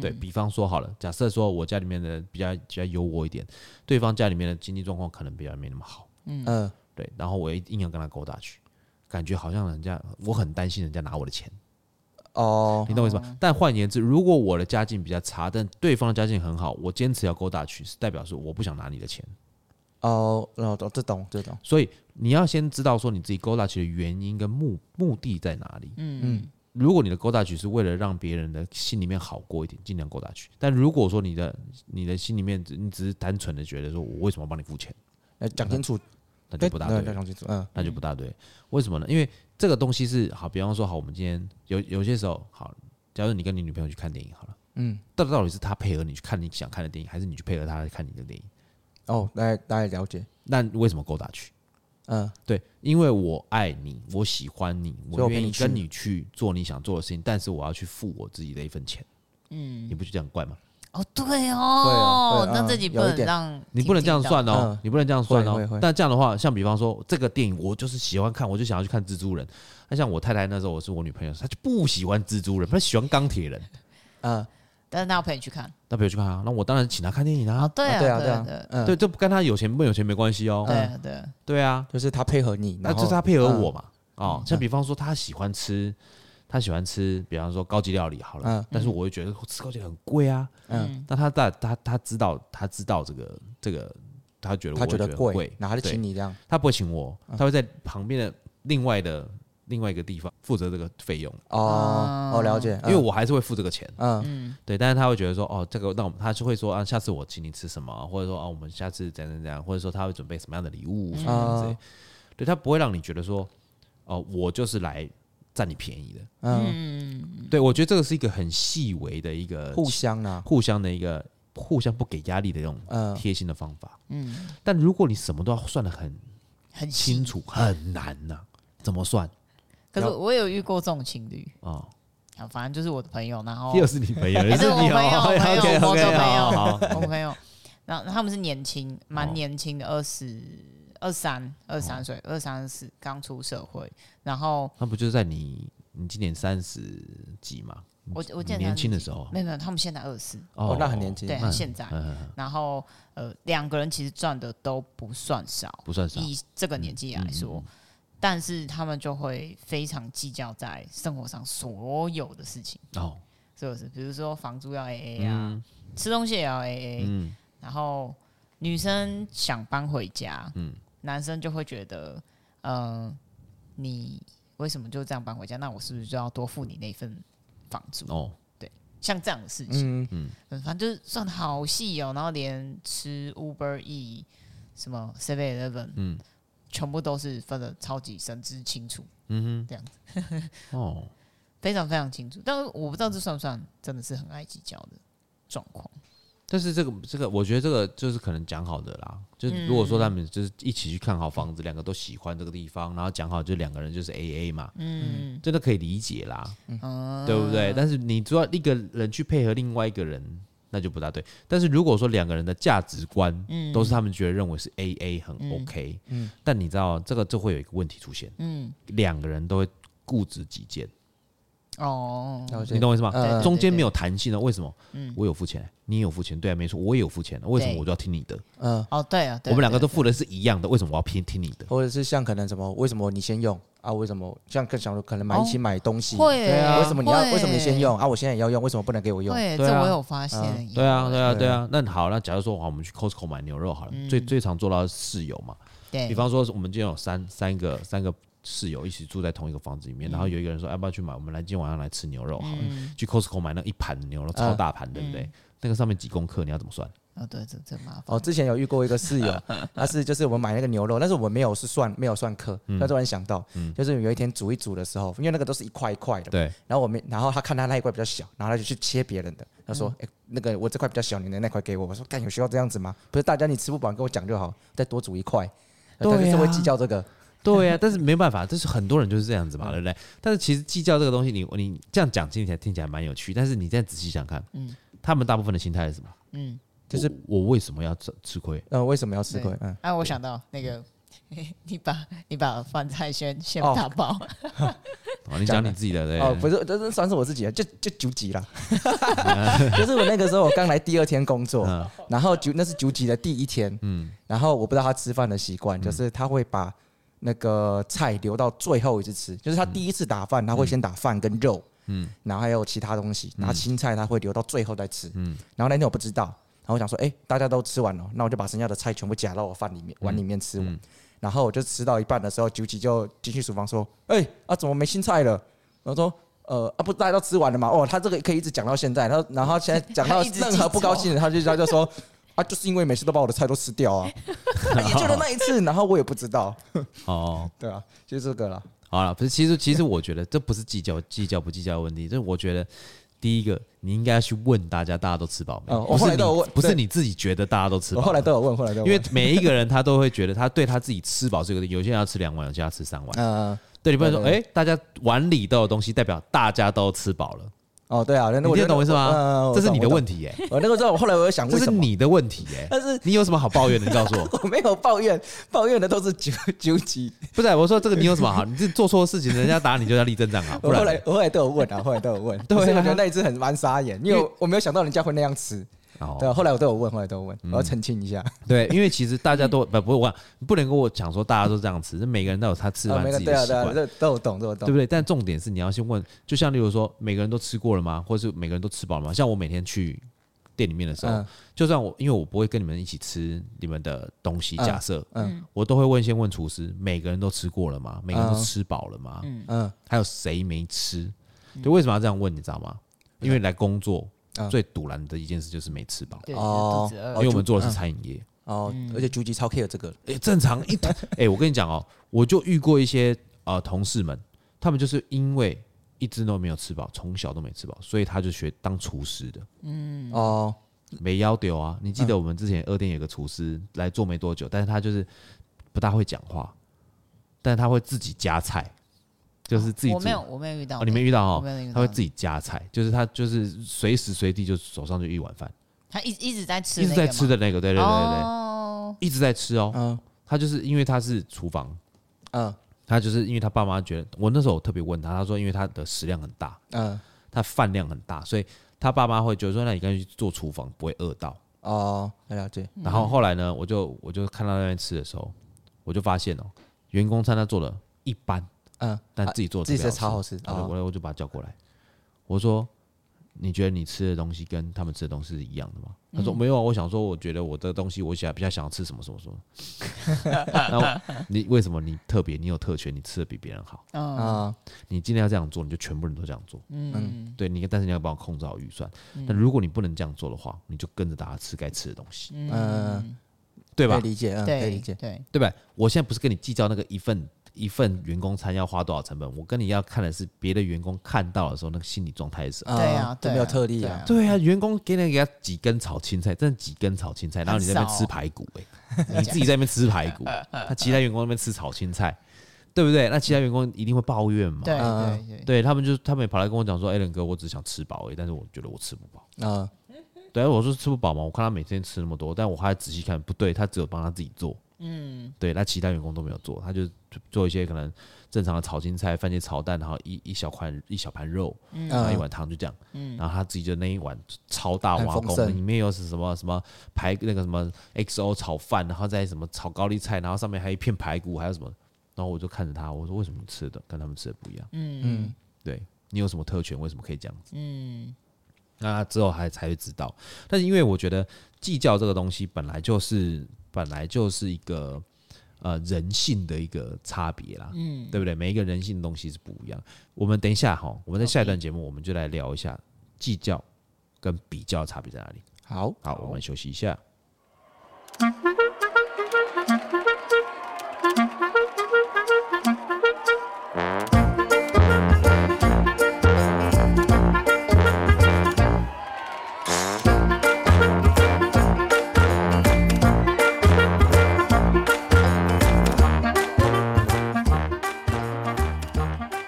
[SPEAKER 2] 对比方说好了，假设说我家里面的比较比较优渥一点，对方家里面的经济状况可能比较没那么好，
[SPEAKER 1] 嗯，
[SPEAKER 2] 对，然后我也硬要跟他勾搭去，感觉好像人家我很担心人家拿我的钱，
[SPEAKER 1] 哦，
[SPEAKER 2] 你懂我意思吗？但换言之，如果我的家境比较差，但对方的家境很好，我坚持要勾搭去，是代表说我不想拿你的钱。
[SPEAKER 1] 哦，哦，懂这懂这懂。
[SPEAKER 2] 所以你要先知道说你自己勾搭去的原因跟目目的在哪里。嗯嗯，如果你的勾搭去是为了让别人的心里面好过一点，尽量勾搭去。但如果说你的你的心里面只你只是单纯的觉得说我为什么要帮你付钱，
[SPEAKER 1] 来讲清楚，
[SPEAKER 2] 嗯那就不大
[SPEAKER 1] 对
[SPEAKER 2] 对
[SPEAKER 1] 哎那
[SPEAKER 2] 了
[SPEAKER 1] 那。讲清楚，嗯
[SPEAKER 2] 那就不大对。为什么呢？因为这个东西是好，比方说好，我们今天有有些时候好，假如你跟你女朋友去看电影好了，
[SPEAKER 1] 嗯，
[SPEAKER 2] 到到底是她配合你去看你想看的电影，还是你去配合她看你的电影？
[SPEAKER 1] 哦，大家大家了解，
[SPEAKER 2] 那为什么勾搭去？
[SPEAKER 1] 嗯，
[SPEAKER 2] 对，因为我爱你，我喜欢你，
[SPEAKER 1] 所以我
[SPEAKER 2] 我
[SPEAKER 1] 陪
[SPEAKER 2] 愿
[SPEAKER 1] 你
[SPEAKER 2] 意
[SPEAKER 1] 去
[SPEAKER 2] 跟你去做你想做的事情，但是我要去付我自己的一份钱。嗯，你不就这样怪吗？
[SPEAKER 3] 哦，对
[SPEAKER 1] 哦
[SPEAKER 2] 啊
[SPEAKER 3] 哦，
[SPEAKER 1] 对
[SPEAKER 3] 那
[SPEAKER 1] 嗯
[SPEAKER 3] 自己不
[SPEAKER 1] 有一
[SPEAKER 3] 能
[SPEAKER 1] 点
[SPEAKER 3] 让
[SPEAKER 2] 你不能这样算
[SPEAKER 3] 的。
[SPEAKER 2] 哦
[SPEAKER 1] 嗯，
[SPEAKER 2] 你不能这样算
[SPEAKER 1] 会会
[SPEAKER 2] 哦
[SPEAKER 1] 会。
[SPEAKER 2] 但这样的话，像比方说这个电影，我就是喜欢看，我就想要去看蜘蛛人。那像我太太那时候，我是我女朋友，她就不喜欢蜘蛛人，她喜欢钢铁人。
[SPEAKER 1] 嗯，
[SPEAKER 3] 但是他要陪你去看，
[SPEAKER 2] 那陪我去看啊，那我当然请他看电影啊。
[SPEAKER 3] 对
[SPEAKER 1] 啊
[SPEAKER 3] 啊，
[SPEAKER 1] 对
[SPEAKER 3] 对
[SPEAKER 1] 啊对
[SPEAKER 3] 对
[SPEAKER 1] 啊，嗯，
[SPEAKER 2] 对，这不跟他有钱不有钱没关系哦。
[SPEAKER 3] 对啊对啊，
[SPEAKER 2] 对啊，
[SPEAKER 1] 就是他配合你，
[SPEAKER 2] 那
[SPEAKER 1] 然
[SPEAKER 2] 这
[SPEAKER 1] 后嗯
[SPEAKER 2] 是他配合我嘛。哦，像比方说他喜欢吃，他喜欢吃，比方说高级料理好了
[SPEAKER 1] 嗯，
[SPEAKER 2] 但是我会觉得哦吃高级料理很贵啊。
[SPEAKER 1] 嗯，
[SPEAKER 2] 那他大他他知道他知道这个这个，他觉得我
[SPEAKER 1] 他
[SPEAKER 2] 会觉
[SPEAKER 1] 觉得
[SPEAKER 2] 很
[SPEAKER 1] 贵
[SPEAKER 2] 贵，，
[SPEAKER 1] 然后他就
[SPEAKER 2] 对
[SPEAKER 1] 请你这样，
[SPEAKER 2] 他不会请我，
[SPEAKER 1] 啊
[SPEAKER 2] 他会在旁边的另外的另外一个地方负责这个费用，
[SPEAKER 1] 哦，哦，了解，
[SPEAKER 2] 因为我还是会付这个钱。
[SPEAKER 1] 嗯，
[SPEAKER 2] 对，但是他会觉得说，哦，这个那我们他就会说啊，下次我请你吃什么，或者说啊，我们下次怎样怎样怎样，或者说他会准备什么样的礼物什么样之类
[SPEAKER 1] 哦，
[SPEAKER 2] 对他不会让你觉得说，哦，我就是来占你便宜的。
[SPEAKER 1] 嗯
[SPEAKER 2] 对我觉得这个是一个很细微的一个
[SPEAKER 1] 嗯，互相啦，
[SPEAKER 2] 互相的一个互相不给压力的这种
[SPEAKER 1] 嗯，
[SPEAKER 2] 贴心的方法。嗯，但如果你什么都要算的很
[SPEAKER 3] 很
[SPEAKER 2] 清
[SPEAKER 3] 新。
[SPEAKER 2] 楚，很难呐、怎么算
[SPEAKER 3] 可是我有遇过这种情侣，
[SPEAKER 2] 啊？
[SPEAKER 3] 啊，反正就是我的朋友，然后
[SPEAKER 2] 又是你朋友，
[SPEAKER 3] 还
[SPEAKER 2] 又
[SPEAKER 3] 是
[SPEAKER 2] 是
[SPEAKER 3] 哦哎我
[SPEAKER 2] 你
[SPEAKER 3] 朋友，
[SPEAKER 2] 哦
[SPEAKER 3] 我朋
[SPEAKER 2] ，OK
[SPEAKER 3] 友，我
[SPEAKER 2] OK，
[SPEAKER 3] 的朋
[SPEAKER 2] 好
[SPEAKER 3] 友，
[SPEAKER 2] 好，
[SPEAKER 3] 我朋友。然后他们是年轻，蛮
[SPEAKER 2] 哦
[SPEAKER 3] 年轻的，二十二三、二三岁、二三四，刚出社会。然后
[SPEAKER 2] 那不就是在你你今年三十几嘛？
[SPEAKER 3] 我我
[SPEAKER 2] 你嗯
[SPEAKER 3] 见
[SPEAKER 2] 年轻的
[SPEAKER 3] 候，
[SPEAKER 2] 时候
[SPEAKER 3] 没有没有，他们现在二十，
[SPEAKER 1] 哦，那很年轻，
[SPEAKER 3] 对，
[SPEAKER 2] 嗯
[SPEAKER 3] 现在。
[SPEAKER 2] 嗯，
[SPEAKER 3] 然后呃，两个人其实赚的都不算少，
[SPEAKER 2] 不嗯算少，
[SPEAKER 3] 以这个年纪来说，但是他们就会非常计较在生活上所有的事情，
[SPEAKER 2] 哦，
[SPEAKER 3] 是不是？比如说房租要 AA 啊，吃东西也要 AA，、
[SPEAKER 2] 嗯
[SPEAKER 3] 然后女生想搬回家，
[SPEAKER 2] 嗯
[SPEAKER 3] 男生就会觉得，嗯、你为什么就这样搬回家？那我是不是就要多付你那份房租？
[SPEAKER 2] 哦，
[SPEAKER 3] 像这样的事情。
[SPEAKER 1] 嗯，
[SPEAKER 3] 嗯，反正就是算得好细哦，然后连吃 Uber E 什么 Seven Eleven，嗯，全部都是分的超级神之清楚，
[SPEAKER 2] 嗯哼，
[SPEAKER 3] 这样子
[SPEAKER 2] 哦，
[SPEAKER 3] 非常非常清楚。但是我不知道这算不算真的是很爱计较的状况。
[SPEAKER 2] 但是这个这个，我觉得这个就是可能讲好的啦。就是如果说他们就是一起去看好房子，两个都喜欢这个地方，然后讲好就两个人就是 A A 嘛，
[SPEAKER 3] 嗯，
[SPEAKER 2] 真的可以理解啦，
[SPEAKER 3] 嗯
[SPEAKER 2] 对不对？但是你只要一个人去配合另外一个人，那就不大对。但是如果说两个人的价值观
[SPEAKER 3] 嗯
[SPEAKER 2] 都是他们觉得认为是 A A 很
[SPEAKER 3] 嗯
[SPEAKER 2] OK，
[SPEAKER 1] 嗯
[SPEAKER 2] 但你知道这个就会有一个问题出现，
[SPEAKER 3] 嗯
[SPEAKER 2] 两个人都会固执己见，
[SPEAKER 3] 哦，
[SPEAKER 1] 了解，
[SPEAKER 2] 你懂我意思
[SPEAKER 1] 嗯
[SPEAKER 2] 吗？
[SPEAKER 1] 嗯
[SPEAKER 2] 中间没有弹性的，哦为什么？
[SPEAKER 3] 嗯
[SPEAKER 2] 我有付钱，你也有付钱，对啊，没错，我也有付钱，为什么
[SPEAKER 3] 对
[SPEAKER 2] 我就要听你的？
[SPEAKER 1] 嗯，
[SPEAKER 3] 哦，对啊，
[SPEAKER 2] 我
[SPEAKER 3] 对啊
[SPEAKER 2] 们两个都
[SPEAKER 3] 对啊
[SPEAKER 2] 付的是一样的，为什么我要偏听你的？
[SPEAKER 1] 或者是像可能什么，为什么你先用啊？为什么像更想可能买一起买东西，
[SPEAKER 3] 哦会
[SPEAKER 2] 对啊
[SPEAKER 1] 为什么你要
[SPEAKER 3] 会
[SPEAKER 1] 为什么你先用啊？我现在也要用，为什么不能给我用？
[SPEAKER 3] 会，
[SPEAKER 2] 对
[SPEAKER 3] 这
[SPEAKER 2] 啊
[SPEAKER 3] 我有发现
[SPEAKER 1] 嗯，
[SPEAKER 2] 对啊，
[SPEAKER 3] 有
[SPEAKER 2] 对啊，
[SPEAKER 1] 对
[SPEAKER 2] 对啊。那好，那假如说好，我们去 Costco 买牛肉好了，
[SPEAKER 3] 嗯
[SPEAKER 2] 最最常做到的是室友嘛。
[SPEAKER 3] 对，
[SPEAKER 2] 比方说，我们今天有三三个三个室友一起住在同一个房子里面，然后有一个人说，啊要不要去买？我们来今天晚上来吃牛肉好了，去 Costco 买那一盘牛肉，超大盘，对不对？那个上面几公克，你要怎么算？
[SPEAKER 3] 哦，对，这这麻
[SPEAKER 1] 哦，
[SPEAKER 3] 烦，
[SPEAKER 1] 之前有遇过一个 室友，他是就是我们买那个牛肉，但是我们没有是算没有算克，
[SPEAKER 2] 嗯
[SPEAKER 1] 他突然想到，就是有一天煮一煮的时候，因为那个都是一块一块的，
[SPEAKER 2] 对，
[SPEAKER 1] 然后我们然后他看他那一块比较小，然后他就去切别人的，他说，哎，那个我这块比较小，你的那块给我，我说，干有需要这样子吗？不是大家你吃不饱跟我讲就好，再多煮一块，
[SPEAKER 2] 对
[SPEAKER 1] 他
[SPEAKER 2] 啊
[SPEAKER 1] 就是会计较这个，
[SPEAKER 2] 对啊，但是没办法，这是很多人就是这样子嘛，对不对？ 但是其实计较这个东西，你你这样讲听起来听起来蛮有趣，但是你再仔细想看，
[SPEAKER 3] 嗯
[SPEAKER 2] 他们大部分的心态是什么？
[SPEAKER 3] 嗯，
[SPEAKER 1] 就是
[SPEAKER 2] 我我为什么要吃吃亏？
[SPEAKER 1] 呃，为什么要吃亏？嗯，
[SPEAKER 3] 哎，我想到那个。 你把你把饭菜先先
[SPEAKER 1] 哦
[SPEAKER 3] 打包，
[SPEAKER 2] 哦，你讲你自己的对
[SPEAKER 1] 哦，不是，这这算是我自己啊的，就就九级 啦。 就是我那个时候我刚来第二天工作，
[SPEAKER 2] 嗯
[SPEAKER 1] 然后九那是九级的第一天，
[SPEAKER 2] 嗯
[SPEAKER 1] 然后我不知道他吃饭的习惯，就是他会把那个菜留到最后一次吃，就是他
[SPEAKER 2] 嗯
[SPEAKER 1] 第一次打饭，他会先打饭跟肉，嗯，然后还有其他东西，然后青菜他会留到最后再吃，嗯，然后那天我不知道，然后我想说，哎，大家都吃完了，那我就把剩下的菜全部夹到我饭里面碗里面吃完，然后我就吃到一半的时候，九级就进去厨房说，哎，啊怎么没青菜了？我说。呃啊不，大家 都吃完了嘛？哦，他这个可以一直讲到现在，然后然后现在讲到
[SPEAKER 3] 他一直
[SPEAKER 1] 任何不高兴的，他就他就说，啊，就是因为每次都把我的菜都吃掉 啊，也就那一次，然后我也不知道，
[SPEAKER 2] 哦，
[SPEAKER 1] 对啊，就这个啦。
[SPEAKER 2] 好了，不是，其实其实我觉得这不是计较 计较不计较的问题，这我觉得第一个你应该要去问大家，大家都吃饱没？
[SPEAKER 1] 嗯我
[SPEAKER 2] 不
[SPEAKER 1] 后
[SPEAKER 2] 是
[SPEAKER 1] 来
[SPEAKER 2] 你
[SPEAKER 1] 都有问
[SPEAKER 2] 不是
[SPEAKER 1] 对
[SPEAKER 2] 你自己觉得大家都吃
[SPEAKER 1] 我
[SPEAKER 2] 饱，
[SPEAKER 1] 后来都有问，后来都有
[SPEAKER 2] 因为
[SPEAKER 1] 问
[SPEAKER 2] 每一个人他都会觉得他对他自己吃饱这个，有些人要吃两碗，有些人要吃三碗。
[SPEAKER 1] 嗯
[SPEAKER 2] 对，你不能说
[SPEAKER 1] 对
[SPEAKER 2] 哎、
[SPEAKER 1] 对
[SPEAKER 2] 诶大家碗里都有东西，代表大家都吃饱了，
[SPEAKER 1] 哦对啊，那
[SPEAKER 2] 你
[SPEAKER 1] 我
[SPEAKER 2] 听得
[SPEAKER 1] 就
[SPEAKER 2] 懂我意思吗？
[SPEAKER 1] 嗯
[SPEAKER 2] 这是你的。
[SPEAKER 1] 题。
[SPEAKER 2] 问题耶、
[SPEAKER 1] 我哦那个时候，后来我有想
[SPEAKER 2] 这
[SPEAKER 1] 为
[SPEAKER 2] 是
[SPEAKER 1] 什么，
[SPEAKER 2] 你的问题 耶、
[SPEAKER 1] 但是
[SPEAKER 2] 你有什么好抱怨的？你告诉 我，
[SPEAKER 1] 我没有抱怨，抱怨的都是九九级。
[SPEAKER 2] 不是我说这个你有什么好？你这做错事情，人家打你就要立正站好，不
[SPEAKER 1] 我后
[SPEAKER 2] 然
[SPEAKER 1] 来我后来都有问啊，后来都有问。
[SPEAKER 2] 对啊
[SPEAKER 1] 可是我觉得那一次很蛮傻眼，因
[SPEAKER 2] 因
[SPEAKER 1] 为我没有想到人家会那样吃。对啊，
[SPEAKER 2] 哦嗯
[SPEAKER 1] 后来我都有问，后来都有问，我要澄清一下。
[SPEAKER 2] 对，因为其实大家都不不我不能跟我讲说大家都这样吃，这每个人都有他吃
[SPEAKER 1] 啊
[SPEAKER 2] 饭
[SPEAKER 1] 每
[SPEAKER 2] 自
[SPEAKER 1] 个
[SPEAKER 2] 己
[SPEAKER 1] 对
[SPEAKER 2] 的
[SPEAKER 1] 啊
[SPEAKER 2] 习
[SPEAKER 1] 对啊，
[SPEAKER 2] 惯，
[SPEAKER 1] 这都有懂，都有
[SPEAKER 2] 对不
[SPEAKER 1] 懂。
[SPEAKER 2] 对？但重点是你要先问，就像例如说，每个人都吃过了吗？或是每个人都吃饱了吗？像我每天去店里面的时候，
[SPEAKER 1] 嗯
[SPEAKER 2] 就算我因为我不会跟你们一起吃你们的东西，
[SPEAKER 1] 嗯
[SPEAKER 2] 假设
[SPEAKER 1] 嗯
[SPEAKER 2] 我都会问先问厨师，每个人都吃过了吗？每个人都
[SPEAKER 1] 嗯
[SPEAKER 2] 吃饱了吗？
[SPEAKER 1] 嗯
[SPEAKER 2] 还有谁没吃？就为什么要这样问？你知道吗？因为来工作
[SPEAKER 1] 嗯
[SPEAKER 2] 最堵拦的一件事就是没吃饱，
[SPEAKER 3] 对，
[SPEAKER 1] 哦
[SPEAKER 3] 肚子
[SPEAKER 2] 因
[SPEAKER 3] 饿
[SPEAKER 2] 为我们做的是餐饮业。
[SPEAKER 1] 哦，
[SPEAKER 3] 嗯
[SPEAKER 1] 而且朱吉超 care 这个，
[SPEAKER 2] 诶，正常一 诶，我跟你讲哦，我就遇过一些呃同事们，他们就是因为一直都没有吃饱，从小都没吃饱，所以他就学当厨师的，
[SPEAKER 3] 嗯
[SPEAKER 1] 哦
[SPEAKER 2] 没要丢啊。你记得我们之前二店有个厨师来做没多久，但是他就是不大会讲话，但是他会自己夹菜，就是自己
[SPEAKER 3] 我
[SPEAKER 2] 煮
[SPEAKER 3] 没。有，我没有遇到
[SPEAKER 2] 哦，
[SPEAKER 3] 那个，
[SPEAKER 2] 你没遇到
[SPEAKER 3] 我
[SPEAKER 2] 哦
[SPEAKER 3] 没有遇，到
[SPEAKER 2] 他会自己夹菜，就是他就是随时随地就手上就一碗饭，
[SPEAKER 3] 他一一直在吃，
[SPEAKER 2] 一直在吃
[SPEAKER 3] 的
[SPEAKER 2] 的那个，对对对
[SPEAKER 3] 那个吗，
[SPEAKER 2] 对对，
[SPEAKER 3] 哦，
[SPEAKER 2] 一直在吃哦。
[SPEAKER 1] 嗯
[SPEAKER 2] 他就是因为他是厨房，
[SPEAKER 1] 嗯
[SPEAKER 2] 他就是因为他爸妈觉得，我那时候我特别问他，他说因为他的食量很大，
[SPEAKER 1] 嗯
[SPEAKER 2] 他饭量很大，所以他爸妈会觉得说，那你干脆去做厨房，不会饿到。
[SPEAKER 1] 哦，了解。
[SPEAKER 2] 然后后来呢，我就我就看到那边吃的时候，我就发现哦、员工餐他做的一般，
[SPEAKER 1] 嗯，
[SPEAKER 2] 但自己做的、
[SPEAKER 1] 自己吃的超好吃
[SPEAKER 2] 然后
[SPEAKER 1] 哦
[SPEAKER 2] 我我就把他叫过来，我说你觉得你吃的东西跟他们吃的东西是一样的吗？他说没有啊，我想说我觉得我的东西我想比较想要吃什么什么什么。 然后你为什么你特别你有特权，你吃的比别人好？
[SPEAKER 3] 嗯
[SPEAKER 1] 啊
[SPEAKER 2] 你今天要这样做，你就全部人都这样做。
[SPEAKER 3] 嗯，
[SPEAKER 2] 对你，但是你要帮我控制好预算。但如果你不能这样做的话，你就跟着大家吃该吃的东西，
[SPEAKER 1] 嗯，
[SPEAKER 2] 对
[SPEAKER 1] 对
[SPEAKER 2] 吧？
[SPEAKER 1] 理解，嗯，可
[SPEAKER 3] 对，
[SPEAKER 1] 以理解。
[SPEAKER 3] 对，
[SPEAKER 2] 对吧？我现在不是跟你计较那个一份一份员工餐要花多少成本，我跟你要看的是别的员工看到的时候那个心理状态是什么。
[SPEAKER 1] 啊
[SPEAKER 3] 对啊
[SPEAKER 1] 都
[SPEAKER 3] 对啊
[SPEAKER 1] 没有特例
[SPEAKER 3] 对
[SPEAKER 1] 啊
[SPEAKER 3] 啊。
[SPEAKER 2] 对啊，员工给你给他几根炒青菜，真的几根炒青菜，然后你在那边
[SPEAKER 3] 很少哦
[SPEAKER 2] 吃排骨、 哎，你自己在那边吃排骨，那其他员工在那边吃炒青菜，对不对？那其他员工一定会抱怨嘛？
[SPEAKER 3] 对，
[SPEAKER 1] 嗯
[SPEAKER 3] 对，对，
[SPEAKER 2] 对他们就他们也跑来跟我讲说，艾哎伦哥，我只想吃饱而已，欸但是我觉得我吃不饱。
[SPEAKER 1] 嗯
[SPEAKER 2] 对啊，我说吃不饱嘛，我看他每天吃那么多，但我还仔细看，不对，他只有帮他自己做，嗯，对，那其他员工都没有做，他就就做一些可能正常的炒青菜、番茄炒蛋，然后一一小块一小盘肉，
[SPEAKER 3] 嗯
[SPEAKER 1] 嗯
[SPEAKER 2] 然后一碗汤就这样，然后他自己就那一碗超大
[SPEAKER 1] 很
[SPEAKER 2] 瓦
[SPEAKER 1] 丰
[SPEAKER 2] 工，
[SPEAKER 1] 盛
[SPEAKER 2] 里面又是什么什么排那个什么 XO 炒饭，然后再什么炒高丽菜，然后上面还有一片排骨，还有什么，然后我就看着他，我说为什么你吃的跟他们吃的不一样？
[SPEAKER 1] 嗯
[SPEAKER 2] 对你有什么特权，为什么可以这样子？嗯，那他之后还才会知道。但是因为我觉得计较这个东西本来就是本来就是一个呃人性的一个差别啦，嗯，对不对？每一个人性的东西是不一样。我们等一下哈，我们在下一段节目我们就来聊一下计较跟比较的差别在哪里。
[SPEAKER 1] 好，
[SPEAKER 2] 好，我们休息一下。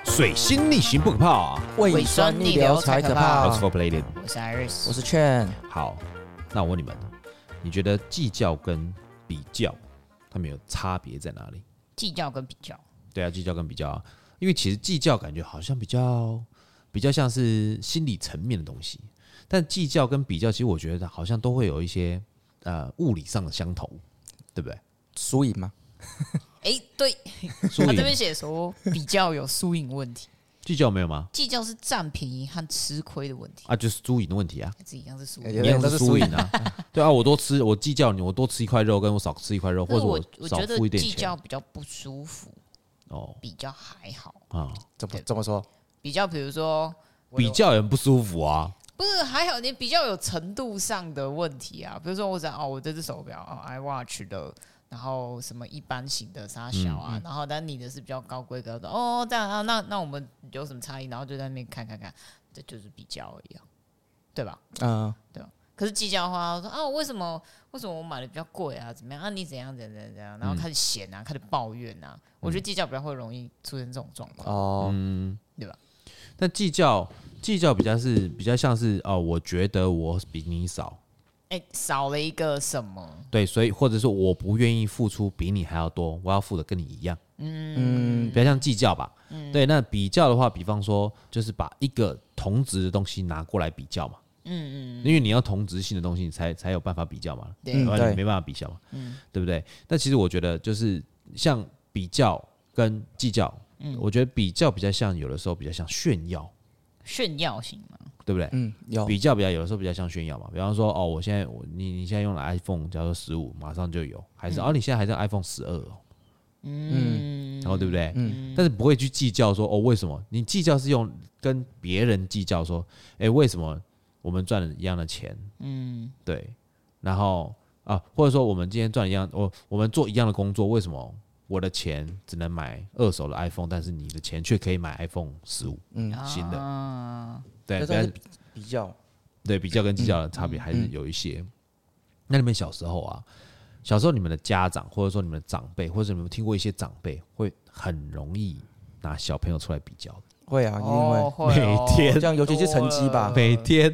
[SPEAKER 2] 水星逆行不可怕、啊
[SPEAKER 1] 胃
[SPEAKER 3] 胃
[SPEAKER 1] 酸
[SPEAKER 3] 酸
[SPEAKER 1] 逆
[SPEAKER 3] 逆
[SPEAKER 1] 流
[SPEAKER 3] 流
[SPEAKER 1] 才
[SPEAKER 3] 才
[SPEAKER 1] 可
[SPEAKER 3] 可
[SPEAKER 1] 怕
[SPEAKER 3] 怕。
[SPEAKER 2] Let's go play it。
[SPEAKER 3] 我是 Iris，
[SPEAKER 1] 我是劝，
[SPEAKER 2] 好，那我问你们，你觉得计较跟比较，他们有差别在哪里？
[SPEAKER 3] 计较跟比较，
[SPEAKER 2] 对啊，计较跟比较啊，因为其实计较感觉好像比较比较像是心理层面的东西，但计较跟比较，其实我觉得好像都会有一些呃物理上的相同，对不对？
[SPEAKER 1] 输赢嘛，
[SPEAKER 3] 哎，对，
[SPEAKER 2] 输
[SPEAKER 3] 他这边
[SPEAKER 2] 赢
[SPEAKER 3] 写说比较有输赢问题，
[SPEAKER 2] 计较没有吗？
[SPEAKER 3] 计较是占便宜和吃亏的问题，
[SPEAKER 2] 啊，就是输赢的问题啊，
[SPEAKER 3] 自己一样是输
[SPEAKER 1] 哎
[SPEAKER 3] 赢。
[SPEAKER 1] 有
[SPEAKER 2] 一
[SPEAKER 1] 点
[SPEAKER 2] 样
[SPEAKER 1] 都
[SPEAKER 2] 是
[SPEAKER 1] 是
[SPEAKER 2] 输
[SPEAKER 1] 输
[SPEAKER 2] 赢 啊。对啊，我多吃，我计较你，我多吃一块肉，跟我少吃一块肉，或
[SPEAKER 3] 但
[SPEAKER 2] 者
[SPEAKER 3] 是我
[SPEAKER 2] 少
[SPEAKER 3] 觉得
[SPEAKER 2] 付一点
[SPEAKER 3] 计
[SPEAKER 2] 钱
[SPEAKER 3] 较。比较不舒服，
[SPEAKER 2] 哦
[SPEAKER 3] 比较还好，
[SPEAKER 2] 啊，
[SPEAKER 1] 怎么怎么说？
[SPEAKER 3] 比较比如说我
[SPEAKER 2] 比较也很不舒服啊。
[SPEAKER 3] 不是还好，你比较有程度上的问题啊，比如说我讲哦，我这只手表哦，iWatch 的，然后什么一般型的傻小啊，然后但你的是比较高规格的哦，这样啊，那那我们有什么差异？然后就在那边看看看，这就是比较而已啊，对吧？
[SPEAKER 1] 嗯，
[SPEAKER 3] 可是计较的话，我说啊，为什么为什么我买的比较贵啊？怎么样啊？你怎样怎样怎样怎样？然后开始嫌啊，开始抱怨啊。我觉得计较比较会容易出现这种状况。
[SPEAKER 1] 哦，
[SPEAKER 2] 嗯但计较计较比较是比较像是哦，我觉得我比你少，
[SPEAKER 3] 哎、少了一个什么？
[SPEAKER 2] 对，所以或者说我不愿意付出比你还要多，我要付的跟你一样，嗯，比嗯较像计较吧，对。那比较的话，比方说就是把一个同值的东西拿过来比较嘛，嗯嗯，因为你要同值性的东西，你才才有办法比较嘛，
[SPEAKER 3] 对，
[SPEAKER 1] 嗯
[SPEAKER 2] 不然你
[SPEAKER 1] 对
[SPEAKER 2] 没办法比较嘛，对不对？但其实我觉得就是像比较跟计较，我觉得比较比较像有的时候比较像炫耀，
[SPEAKER 3] 炫耀型嘛。
[SPEAKER 2] 对不对？
[SPEAKER 1] 嗯，有，
[SPEAKER 2] 比较比较，有的时候比较像炫耀嘛。比方说，哦，我现在我你你现在用了 iPhone，假如十五，马上就有，还是、哦，你现在还在 iPhone 十二哦，嗯，然后对不对？嗯，但是不会去计较说，哦，为什么你计较是用跟别人计较说，哎、为什么我们赚了一样的钱？嗯，对，然后啊，或者说我们今天赚一样，我我们做一样的工作，为什么？我的钱只能买二手的 iPhone，但是你的钱却可以买 iPhone 十五，嗯，新的，
[SPEAKER 3] 啊
[SPEAKER 2] 对，
[SPEAKER 1] 这
[SPEAKER 2] 不要
[SPEAKER 1] 算是比比较，
[SPEAKER 2] 对比较跟计较的差别还是有一些。那你们小时候啊，小时候你们的家长或者说你们的长辈，或者你们有听过一些长辈会很容易拿小朋友出来比较的，
[SPEAKER 1] 会啊，一定
[SPEAKER 3] 哦
[SPEAKER 1] 会，
[SPEAKER 3] 会哦
[SPEAKER 2] 每天
[SPEAKER 1] 这样尤其是成绩吧
[SPEAKER 3] 多了
[SPEAKER 2] 每天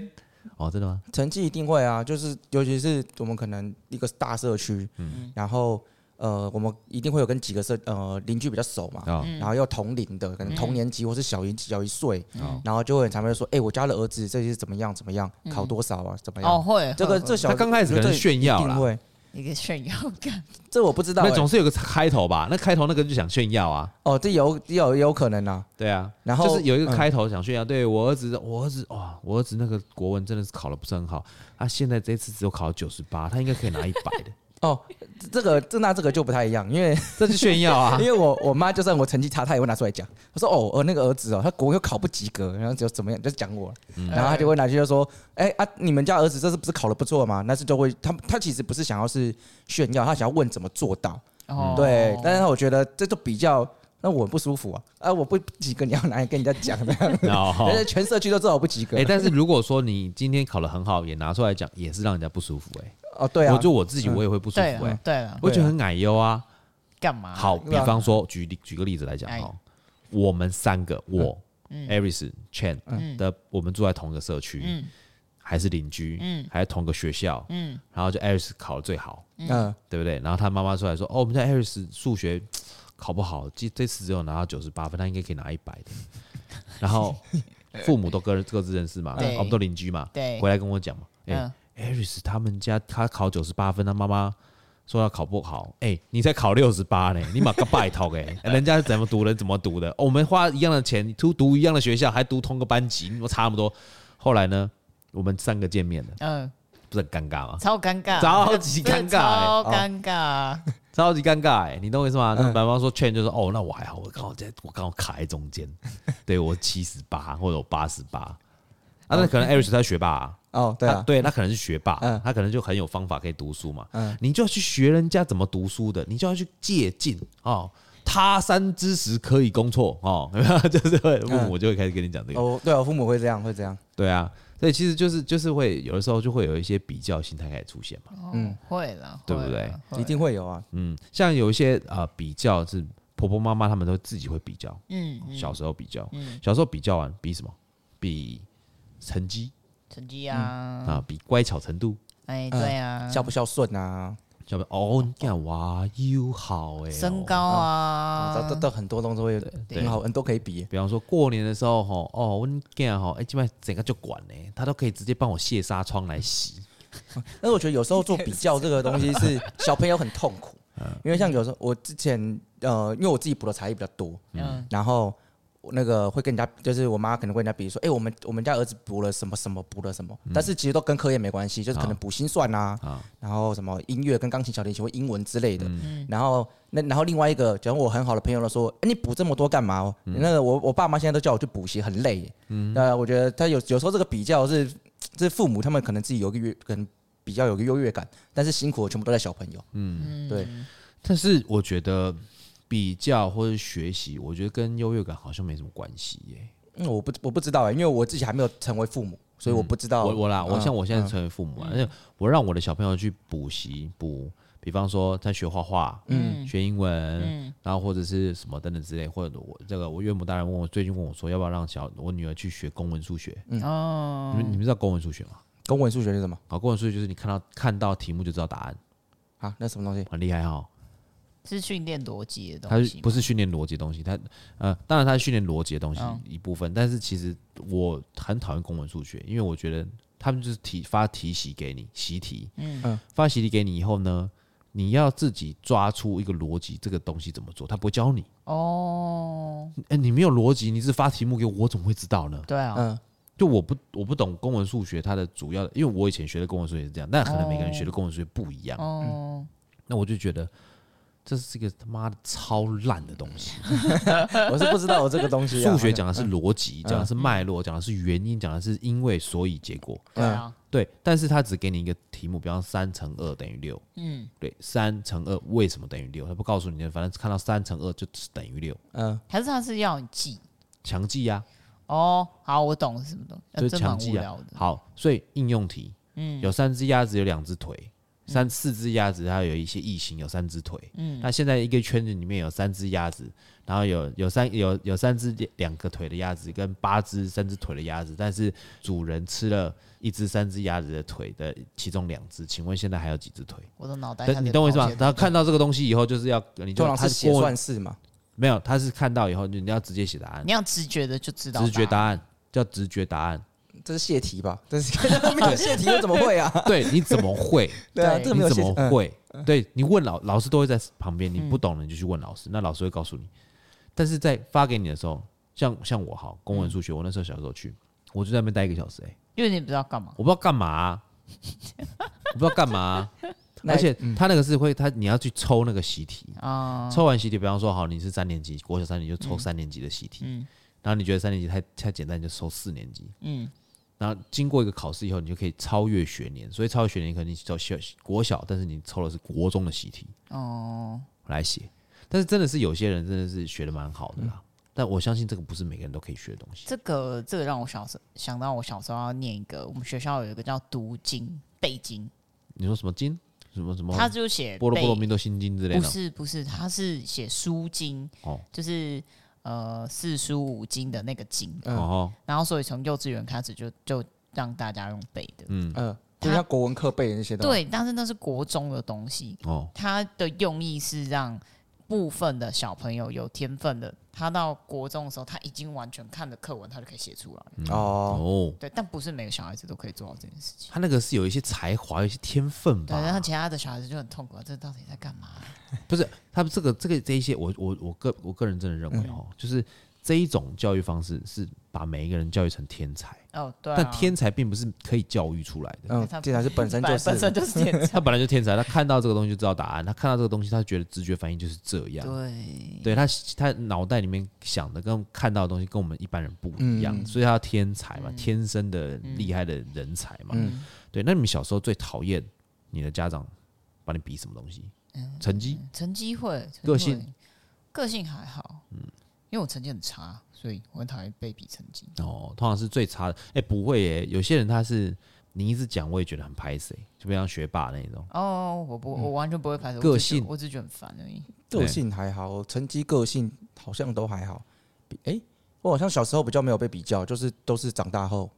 [SPEAKER 2] 呃哦，真的吗？
[SPEAKER 1] 成绩一定会啊，就是尤其是我们可能一个大社区，
[SPEAKER 2] 嗯
[SPEAKER 1] 然后呃，我们一定会有跟几个社呃邻居比较熟嘛，
[SPEAKER 2] 啊
[SPEAKER 1] 然后又同龄的，可能同年
[SPEAKER 2] 嗯
[SPEAKER 1] 级或是小一小一岁，
[SPEAKER 2] 哦
[SPEAKER 1] 然后就会很常会说，哎、我家的儿子这次怎么样怎么样，考多少啊，怎
[SPEAKER 2] 哎
[SPEAKER 1] 么样？
[SPEAKER 3] 哦，会
[SPEAKER 1] 这个
[SPEAKER 3] 会
[SPEAKER 1] 这小
[SPEAKER 2] 嗯他刚开始可能
[SPEAKER 1] 这
[SPEAKER 2] 炫耀
[SPEAKER 1] 一定
[SPEAKER 2] 啦
[SPEAKER 1] 会，
[SPEAKER 3] 一个炫耀感，
[SPEAKER 1] 这我不知道、
[SPEAKER 2] 那
[SPEAKER 1] 欸
[SPEAKER 2] 总，是有个开头吧？那开头那个就想炫耀啊，
[SPEAKER 1] 哦，这有有有可能啊，
[SPEAKER 2] 对啊，
[SPEAKER 1] 然后
[SPEAKER 2] 就是有一个开头想炫耀，对我儿子，我儿子哇，我儿子那个国文真的是考的不是很好，他现在这次只有考九十八，他应该可以拿一百的，
[SPEAKER 1] 哦，这个这那这个就不太一样，因为、
[SPEAKER 2] 这是炫耀啊
[SPEAKER 1] 因，为我我妈就算我成绩差，她也会拿出来讲，她说哦，我那个儿子哦，他国文又考不及格，然后就怎么样，就讲我，
[SPEAKER 2] 嗯
[SPEAKER 1] 然后她就会拿去就说，哎、啊，你们家儿子这次不是考的不错吗？那是就会，他他其实不是想要是炫耀，他想要问怎么做到，
[SPEAKER 3] 哦，
[SPEAKER 1] 对，但是我觉得这就比较。那我不舒服啊！啊，我不及格，你要拿来跟人家讲的，
[SPEAKER 2] 哦
[SPEAKER 1] 人家全社区都知道我不及格。
[SPEAKER 2] 哎、但是如果说你今天考得很好，也拿出来讲，也是让人家不舒服哎、
[SPEAKER 1] 哦，对啊，
[SPEAKER 2] 我就我自己
[SPEAKER 1] 嗯
[SPEAKER 2] 我也会不舒服
[SPEAKER 3] 对啊
[SPEAKER 2] 哎、
[SPEAKER 3] 了，对了，
[SPEAKER 2] 我觉得很矮优啊。
[SPEAKER 3] 干嘛？
[SPEAKER 2] 好，比
[SPEAKER 1] 对啊
[SPEAKER 2] 方说举例举个例子来讲
[SPEAKER 3] 哎
[SPEAKER 2] 哈，我们三个我、Erison、Chen
[SPEAKER 1] 嗯
[SPEAKER 2] 的，我们住在同一个社区，
[SPEAKER 3] 嗯
[SPEAKER 2] 还是邻居，
[SPEAKER 3] 嗯
[SPEAKER 2] 还是同个学校，
[SPEAKER 3] 嗯，
[SPEAKER 2] 然后就 Erison 考得最好，
[SPEAKER 1] 嗯，
[SPEAKER 2] 对不对？然后他妈妈出来说，哦，我们家 Erison 数学考不好，这这次只有拿到九十八分，他应该可以拿一百的。 然后父母都各各自认识嘛，
[SPEAKER 3] 对
[SPEAKER 2] 我们都邻居嘛，
[SPEAKER 3] 对
[SPEAKER 2] 回来跟我讲嘛，哎、
[SPEAKER 3] 嗯，
[SPEAKER 2] 艾瑞斯他们家他考九十八分，他妈妈说要考不好，哎、你才考六十八呢，你马个拜 托哎，人家怎么读人怎么读的，哦我们花一样的钱，读读一样的学校，还读同个班级，我差那么多。后来呢，我们三个见面了，
[SPEAKER 3] 嗯，
[SPEAKER 2] 不是很尴尬吗？
[SPEAKER 3] 超尴尬，
[SPEAKER 2] 超级
[SPEAKER 3] 真
[SPEAKER 2] 尴尬
[SPEAKER 3] 的
[SPEAKER 2] 欸哦
[SPEAKER 3] 超尴尬，
[SPEAKER 2] 超级尴尬哎、你懂我意思吗？那
[SPEAKER 1] 嗯
[SPEAKER 2] 比方说劝就说哦，那我还好，我刚好在我刚好卡在中 间，对我七十八或者我八十八，啊，那可能艾瑞斯他是学霸、啊。
[SPEAKER 1] 哦，对
[SPEAKER 2] 他
[SPEAKER 1] 啊，
[SPEAKER 2] 对他可能是学霸，
[SPEAKER 1] 嗯
[SPEAKER 2] 他可能就很有方法可以读书嘛，
[SPEAKER 1] 嗯
[SPEAKER 2] 你就要去学人家怎么读书的，你就要去借鉴哦。他山之石，可以攻错哦， 有没有就是会父母就会开始跟你讲这个，
[SPEAKER 1] 嗯哦，对啊，我父母会这样，会这样。
[SPEAKER 2] 对啊，所以其实就是就是会有的时候就会有一些比较心态开始出现嘛，
[SPEAKER 3] 嗯，会了，
[SPEAKER 2] 对不
[SPEAKER 3] 会
[SPEAKER 2] 对
[SPEAKER 3] 啦？会
[SPEAKER 1] 一定会有啊。
[SPEAKER 2] 嗯，像有一些呃比较是婆婆妈妈他们都自己会比较，
[SPEAKER 3] 嗯，
[SPEAKER 2] 小时候比较，小时候比较完比什么？比成绩
[SPEAKER 3] 成绩啊，
[SPEAKER 2] 啊，比乖巧程度，
[SPEAKER 3] 哎，对啊，
[SPEAKER 1] 孝不孝顺啊，
[SPEAKER 2] 小朋友哦，你看哇，又好哎，
[SPEAKER 3] 身高
[SPEAKER 2] 哦
[SPEAKER 3] 啊，
[SPEAKER 1] 都都都很多东西会有很好，很多可以比。
[SPEAKER 2] 比方说过年的时候吼，哦，我干吼，哎，基本上整个就管呢，他都可以直接帮我卸纱窗来洗。
[SPEAKER 3] 嗯
[SPEAKER 1] 但是我觉得有时候做比较这个东西是小朋友很痛苦，因为像有时候我之前呃，因为我自己补的才艺比较多，
[SPEAKER 3] 嗯
[SPEAKER 1] 然后我那个会跟人家，就是我妈可能会跟人家比说，哎，我们我们家儿子补了什么什么，补了什
[SPEAKER 2] 嗯
[SPEAKER 1] 么，但是其实都跟科研没关系，就是可能补心算啊，然后什么音乐跟钢琴、小提琴或英文之类的。
[SPEAKER 2] 嗯
[SPEAKER 1] 然后那然后另外一个，假如我很好的朋友都说，哎，你补这么多干嘛
[SPEAKER 2] 嗯
[SPEAKER 1] 哦？那个我我爸妈现在都叫我去补习，很累耶。那我觉得他有有时候这个比较是这父母他们可能自己有一个越可能比较有一个优越感，但是辛苦的全部都在小朋友。嗯，对，
[SPEAKER 2] 但是我觉得比较或者学习，我觉得跟优越感好像没什么关系耶、
[SPEAKER 1] 嗯，我不我不知道哎、因为我自己还没有成为父母，所以我不知道。
[SPEAKER 2] 我我啦，我
[SPEAKER 1] 嗯
[SPEAKER 2] 像我现在成为父母啊，而且我让我的小朋友去补习补，比方说他学画画，嗯，学英文，然后或者是什么等等之类，或者我这个我岳母大人问我最近问我说要不要让小我女儿去学公文数学，
[SPEAKER 1] 嗯
[SPEAKER 3] 哦
[SPEAKER 2] 你，们你们知道公文数学吗？
[SPEAKER 1] 公文数学是什么
[SPEAKER 2] 搞公文数学就是你看到看到题目就知道答案，
[SPEAKER 1] 啊？那什么东西？
[SPEAKER 2] 很厉害哦哈、
[SPEAKER 3] 是训练逻辑的
[SPEAKER 2] 它
[SPEAKER 3] 东
[SPEAKER 2] 是
[SPEAKER 3] 西吗，
[SPEAKER 2] 不是训练逻辑的东西，它呃，当然它是训练逻辑的东西
[SPEAKER 3] 嗯
[SPEAKER 2] 一部分，但是其实我很讨厌公文数学，因为我觉得他们就是题发题习给你，习题，
[SPEAKER 1] 嗯
[SPEAKER 2] 嗯，发习题给你以后呢，你要自己抓出一个逻辑，这个东西怎么做，他不会教你，
[SPEAKER 3] 哦，
[SPEAKER 2] 哎、你没有逻辑，你只发题目给我，我怎么会知道呢？
[SPEAKER 3] 对啊，
[SPEAKER 1] 嗯，
[SPEAKER 2] 就我不我不懂公文数学它的主要的，因为我以前学的公文数学是这样，但可能每个人学的公文数学不一样，
[SPEAKER 3] 哦，
[SPEAKER 2] 那我就觉得这是一个他妈的超烂的东西。
[SPEAKER 1] 我是不知道有这个东西啊、
[SPEAKER 2] 数学
[SPEAKER 1] 好像
[SPEAKER 2] 讲的是逻辑，讲的是脉络，讲的是原因，讲的是因为所以结果。
[SPEAKER 3] 对啊，
[SPEAKER 2] 对，但是他只给你一个题目，比方三乘二等于六，
[SPEAKER 3] 嗯，
[SPEAKER 2] 对，三乘二为什么等于六？他不告诉你，反正看到三乘二就是等于六，
[SPEAKER 1] 嗯，
[SPEAKER 3] 还是他是要你记
[SPEAKER 2] 强记啊呀、
[SPEAKER 3] 哦，好，我懂是什么东西，
[SPEAKER 2] 就
[SPEAKER 3] 呃
[SPEAKER 2] 是
[SPEAKER 3] 这
[SPEAKER 2] 强
[SPEAKER 3] 蛮
[SPEAKER 2] 记
[SPEAKER 3] 无
[SPEAKER 2] 啊
[SPEAKER 3] 聊的，
[SPEAKER 2] 好，所以应用题，嗯，有三只鸭子，有两只腿，
[SPEAKER 3] 嗯
[SPEAKER 2] 三四只鸭子，它有一些异形，有三只腿，嗯，那现在一个圈子里面有三只鸭子，然后有有三有有三只两个腿的鸭子跟八只三只腿的鸭子，但是主人吃了一只三只鸭子的腿的其中两只，请问现在还有几只腿？
[SPEAKER 3] 我的脑袋开
[SPEAKER 2] 但
[SPEAKER 3] 始
[SPEAKER 2] 你懂我意思
[SPEAKER 3] 冒
[SPEAKER 2] 吗？
[SPEAKER 3] 险
[SPEAKER 2] 他看到这个东西以后，就是要你就
[SPEAKER 1] 通常
[SPEAKER 2] 他
[SPEAKER 1] 是写
[SPEAKER 2] 过
[SPEAKER 1] 算式嘛。
[SPEAKER 2] 没有，他是看到以后你要直接写答案
[SPEAKER 3] 你，要直觉的就知道，
[SPEAKER 2] 直觉答，案叫直觉答案，
[SPEAKER 1] 这是泄 题吧？这是没有泄题，我怎么会啊？
[SPEAKER 2] 对，你怎么会？
[SPEAKER 1] 对啊，
[SPEAKER 3] 对
[SPEAKER 1] 这个
[SPEAKER 2] 你
[SPEAKER 1] 没有
[SPEAKER 2] 怎
[SPEAKER 1] 泄题
[SPEAKER 2] 么。
[SPEAKER 1] 嗯
[SPEAKER 2] 会？对你问老老师都会在旁边，你不懂了你就去问老师，那老师会告诉你。但是在发给你的时候，像像我哈，公
[SPEAKER 1] 嗯
[SPEAKER 2] 文数学，我那时候小时候去，我就在那边待一个小时、欸，
[SPEAKER 3] 因为你不知道干嘛，
[SPEAKER 2] 我不知道干嘛 啊、我不知道干嘛啊、而且
[SPEAKER 3] 嗯
[SPEAKER 2] 他那个是会，他你要去抽那个习题，
[SPEAKER 3] 啊，
[SPEAKER 2] 抽完习题，比方说好，你是三年级，国小三年级就
[SPEAKER 3] 嗯
[SPEAKER 2] 抽三年级的习题，然后你觉得三年级太太简单，你就抽四年级，
[SPEAKER 3] 嗯，
[SPEAKER 2] 然后经过一个考试以后，你就可以超越学年，所以超越学年，可能你抽小国小，但是你抽的是国中的习题
[SPEAKER 3] 哦，
[SPEAKER 2] 来写，但是真的是有些人真的是学的蛮好的啦，
[SPEAKER 3] 嗯
[SPEAKER 2] 但我相信这个不是每个人都可以学的东西，
[SPEAKER 3] 这个这个让我小时候想到我小时候要念一个，我们学校有一个叫读经背经，
[SPEAKER 2] 你说什么经，什么什么，
[SPEAKER 3] 他就写
[SPEAKER 2] 波罗波罗
[SPEAKER 3] 背
[SPEAKER 2] 蜜多心经之类
[SPEAKER 3] 不
[SPEAKER 2] 的，
[SPEAKER 3] 是不是，他是写书经，
[SPEAKER 2] 哦
[SPEAKER 3] 就是呃四书五经的那个经，
[SPEAKER 1] 嗯
[SPEAKER 2] 哦，
[SPEAKER 3] 然后所以从幼稚园开始就就让大家用背的，
[SPEAKER 1] 嗯，就像国文课背的那些东西。
[SPEAKER 3] 对，但是那是国中的东西，
[SPEAKER 2] 哦，
[SPEAKER 3] 它的用意是让部分的小朋友有天分的，他到国中的时候他已经完全看的课文，他就可以写出来了。
[SPEAKER 1] 哦，
[SPEAKER 2] 哦，
[SPEAKER 3] 对，但不是每个小孩子都可以做到这件事情。
[SPEAKER 2] 他那个是有一些才华，有一些天分
[SPEAKER 3] 对，然
[SPEAKER 2] 吧
[SPEAKER 3] 后，其他的小孩子就很痛苦啊，这到底在干嘛？
[SPEAKER 2] 不是他这个这个这一些，我我我个我个人真的认为
[SPEAKER 3] 嗯
[SPEAKER 2] 哦，就是这一种教育方式是把每一个人教育成天才，
[SPEAKER 3] 哦，对、啊，
[SPEAKER 2] 但天才并不是可以教育出来的。
[SPEAKER 1] 嗯，这才是本身就
[SPEAKER 3] 本本
[SPEAKER 1] 是
[SPEAKER 3] 身就是天才，
[SPEAKER 2] 他本来就天才，他看到这个东西就知道答案，他看到这个东西，他觉得直觉反应就是这样。
[SPEAKER 3] 对，
[SPEAKER 2] 对他，他脑袋里面想的跟看到的东西跟我们一般人不一样，
[SPEAKER 1] 嗯
[SPEAKER 2] 所以他天才嘛，天生的厉害的人才嘛。
[SPEAKER 1] 嗯
[SPEAKER 2] 对，那你们小时候最讨厌你的家长把你比什么东西？成绩？
[SPEAKER 3] 成绩会，成绩
[SPEAKER 2] 个性
[SPEAKER 3] 会，个性还好，嗯，因为我成绩很差，所以我很讨厌被比成绩。
[SPEAKER 2] 哦，通常是最差的。哎、不会耶、有些人他是你一直讲，我也觉得很拍谁，就比如像学霸那种。
[SPEAKER 3] 哦，我不，我完全不会排斥
[SPEAKER 2] 个
[SPEAKER 3] 我只觉得
[SPEAKER 2] 性
[SPEAKER 3] 我只觉得很烦而已。
[SPEAKER 1] 个性还好，成绩个性好像都还好。比哎，我好像小时候比较没有被比较，就是都是长大后，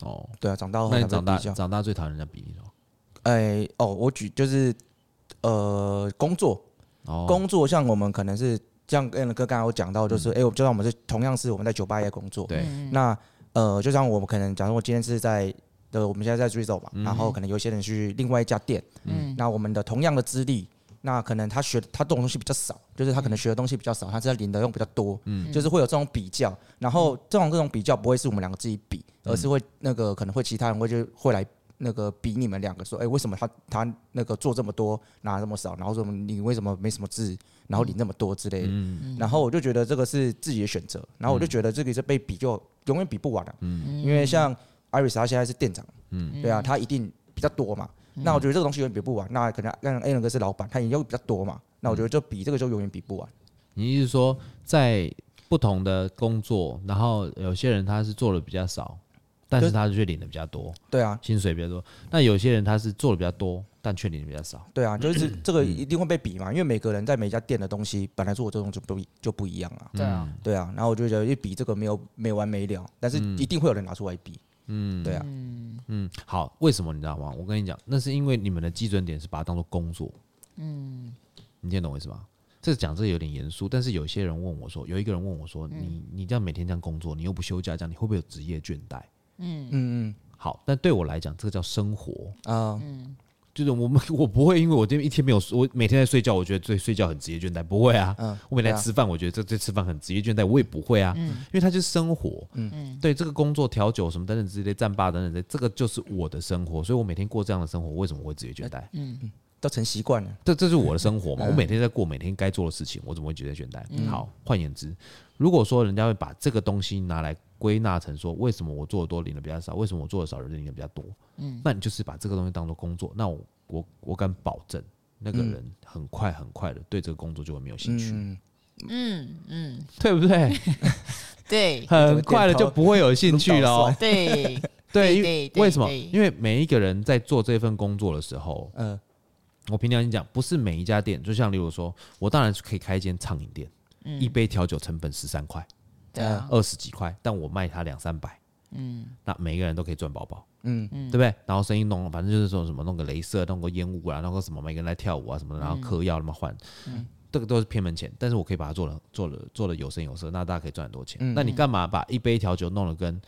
[SPEAKER 2] 哦，
[SPEAKER 1] 对啊，长大后
[SPEAKER 2] 那
[SPEAKER 1] 才
[SPEAKER 2] 你
[SPEAKER 1] 被
[SPEAKER 2] 长大
[SPEAKER 1] 比较。
[SPEAKER 2] 长大最讨厌人家比你什么？
[SPEAKER 1] 哎，哦，我举就是呃，工作
[SPEAKER 2] 哦，
[SPEAKER 1] 工作，像我们可能是像 a l 哥刚才有讲到，就是哎，我就算我们是同样是我们在酒吧业工作，
[SPEAKER 2] 嗯对，
[SPEAKER 1] 那呃，就像我们可能，假如我今天是在呃，我们现在在 Drizzle 嘛，然后可能有些人去另外一家店，嗯，那我们的同样的资历，那可能他学他懂的东西比较少，就是他可能学的东西比较少，他是在领的用比较多，嗯，就是会有这种比较，然后这种这种比较不会是我们两个自己比，而是会那个可能会其他人会就会来。那个比你们两个说，哎、为什么他他那个做这么多，拿这么少，然后说你为什么没什么字，然后领那么多之类的，然后我就觉得这个是自己的选择，然后我就觉得这个是被比就永远比不完的、啊，因为像 Iris 她现在是店长，嗯，对啊，他一定比较多嘛。
[SPEAKER 3] 嗯
[SPEAKER 1] 那我觉得这个东西永远比不完。那可能让 A 人哥是老板，他也就比较多嘛。那我觉得就比这个就永远比不完。
[SPEAKER 2] 你意思说，在不同的工作，然后有些人他是做的比较少，但是他却领的比较多，
[SPEAKER 1] 对啊，
[SPEAKER 2] 薪水比较多；那有些人他是做的比较多，但却领的比较少。
[SPEAKER 1] 对啊，就是这个一定会被比嘛，因为每个人在每家店的东西本来做这种就不一就不一样啊。
[SPEAKER 3] 对啊，
[SPEAKER 1] 对啊，然后我就觉得一比这个没有没完没了，但是一定会有人拿出来比。嗯，对啊，
[SPEAKER 2] 嗯，好，为什么你知道吗？我跟你讲，那是因为你们的基准点是把它当做工作。嗯，你听得懂我意思吗？这讲这个有点严肃，但是有些人问我说，有一个人问我说，你你这样每天这样工作，你又不休假，这样你会不会有职业倦怠？
[SPEAKER 1] 嗯
[SPEAKER 2] 好，但对我来讲，这个叫生活，
[SPEAKER 1] 嗯啊，
[SPEAKER 2] 就是我们 我不会因为我今天一天没有我每天在睡觉，我觉得对睡觉很职业倦怠，不会啊。
[SPEAKER 1] 嗯
[SPEAKER 2] 我每天
[SPEAKER 1] 对啊
[SPEAKER 2] 吃饭，我觉得这这吃饭很职业倦怠，我也不会啊，因为它就是生活。
[SPEAKER 1] 嗯
[SPEAKER 2] 对这个工作调酒什么等等之类，战霸等等之类，这个就是我的生活，所以我每天过这样的生活，为什么我会职业倦怠？
[SPEAKER 1] 都成习惯了。
[SPEAKER 2] 这这是我的生活嘛，我每天在过每天该做的事情，我怎么会觉得倦怠？好，换言之，如果说人家会把这个东西拿来归纳成说，为什么我做的多领的比较少，为什么我做的少领的比较多？嗯，那你就是把这个东西当做工作，那我我我敢保证，那个人很快很快的对这个工作就会没有兴趣，
[SPEAKER 1] 嗯，
[SPEAKER 3] 嗯嗯，
[SPEAKER 2] 对不对？
[SPEAKER 3] 对
[SPEAKER 2] 很快的就不会有兴趣了哦。
[SPEAKER 3] 对，
[SPEAKER 2] 对，因
[SPEAKER 3] 对
[SPEAKER 2] 为
[SPEAKER 3] 对
[SPEAKER 2] 为什么？
[SPEAKER 3] 对
[SPEAKER 2] 因为每一个人在做这份工作的时候，
[SPEAKER 1] 嗯
[SPEAKER 2] 我平常心讲，不是每一家店，就像例如说，我当然是可以开一间畅饮店，
[SPEAKER 3] 嗯
[SPEAKER 2] 一杯调酒成本十三块，
[SPEAKER 3] 对啊，
[SPEAKER 2] 二十几块，但我卖它两三百，
[SPEAKER 3] 嗯
[SPEAKER 2] 那每个人都可以赚饱饱，
[SPEAKER 1] 嗯
[SPEAKER 2] 对不对？然后生意弄，反正就是说什么弄个镭射，弄个烟雾啊，弄个什么，每个人来跳舞啊什么的，然后
[SPEAKER 3] 嗯
[SPEAKER 2] 嗑药那么换，这个都是偏门钱，但是我可以把它做了，做了，做了有声有色，那大家可以赚很多钱。
[SPEAKER 1] 嗯
[SPEAKER 2] 那
[SPEAKER 3] 嗯
[SPEAKER 2] 你干嘛把一杯调酒弄得跟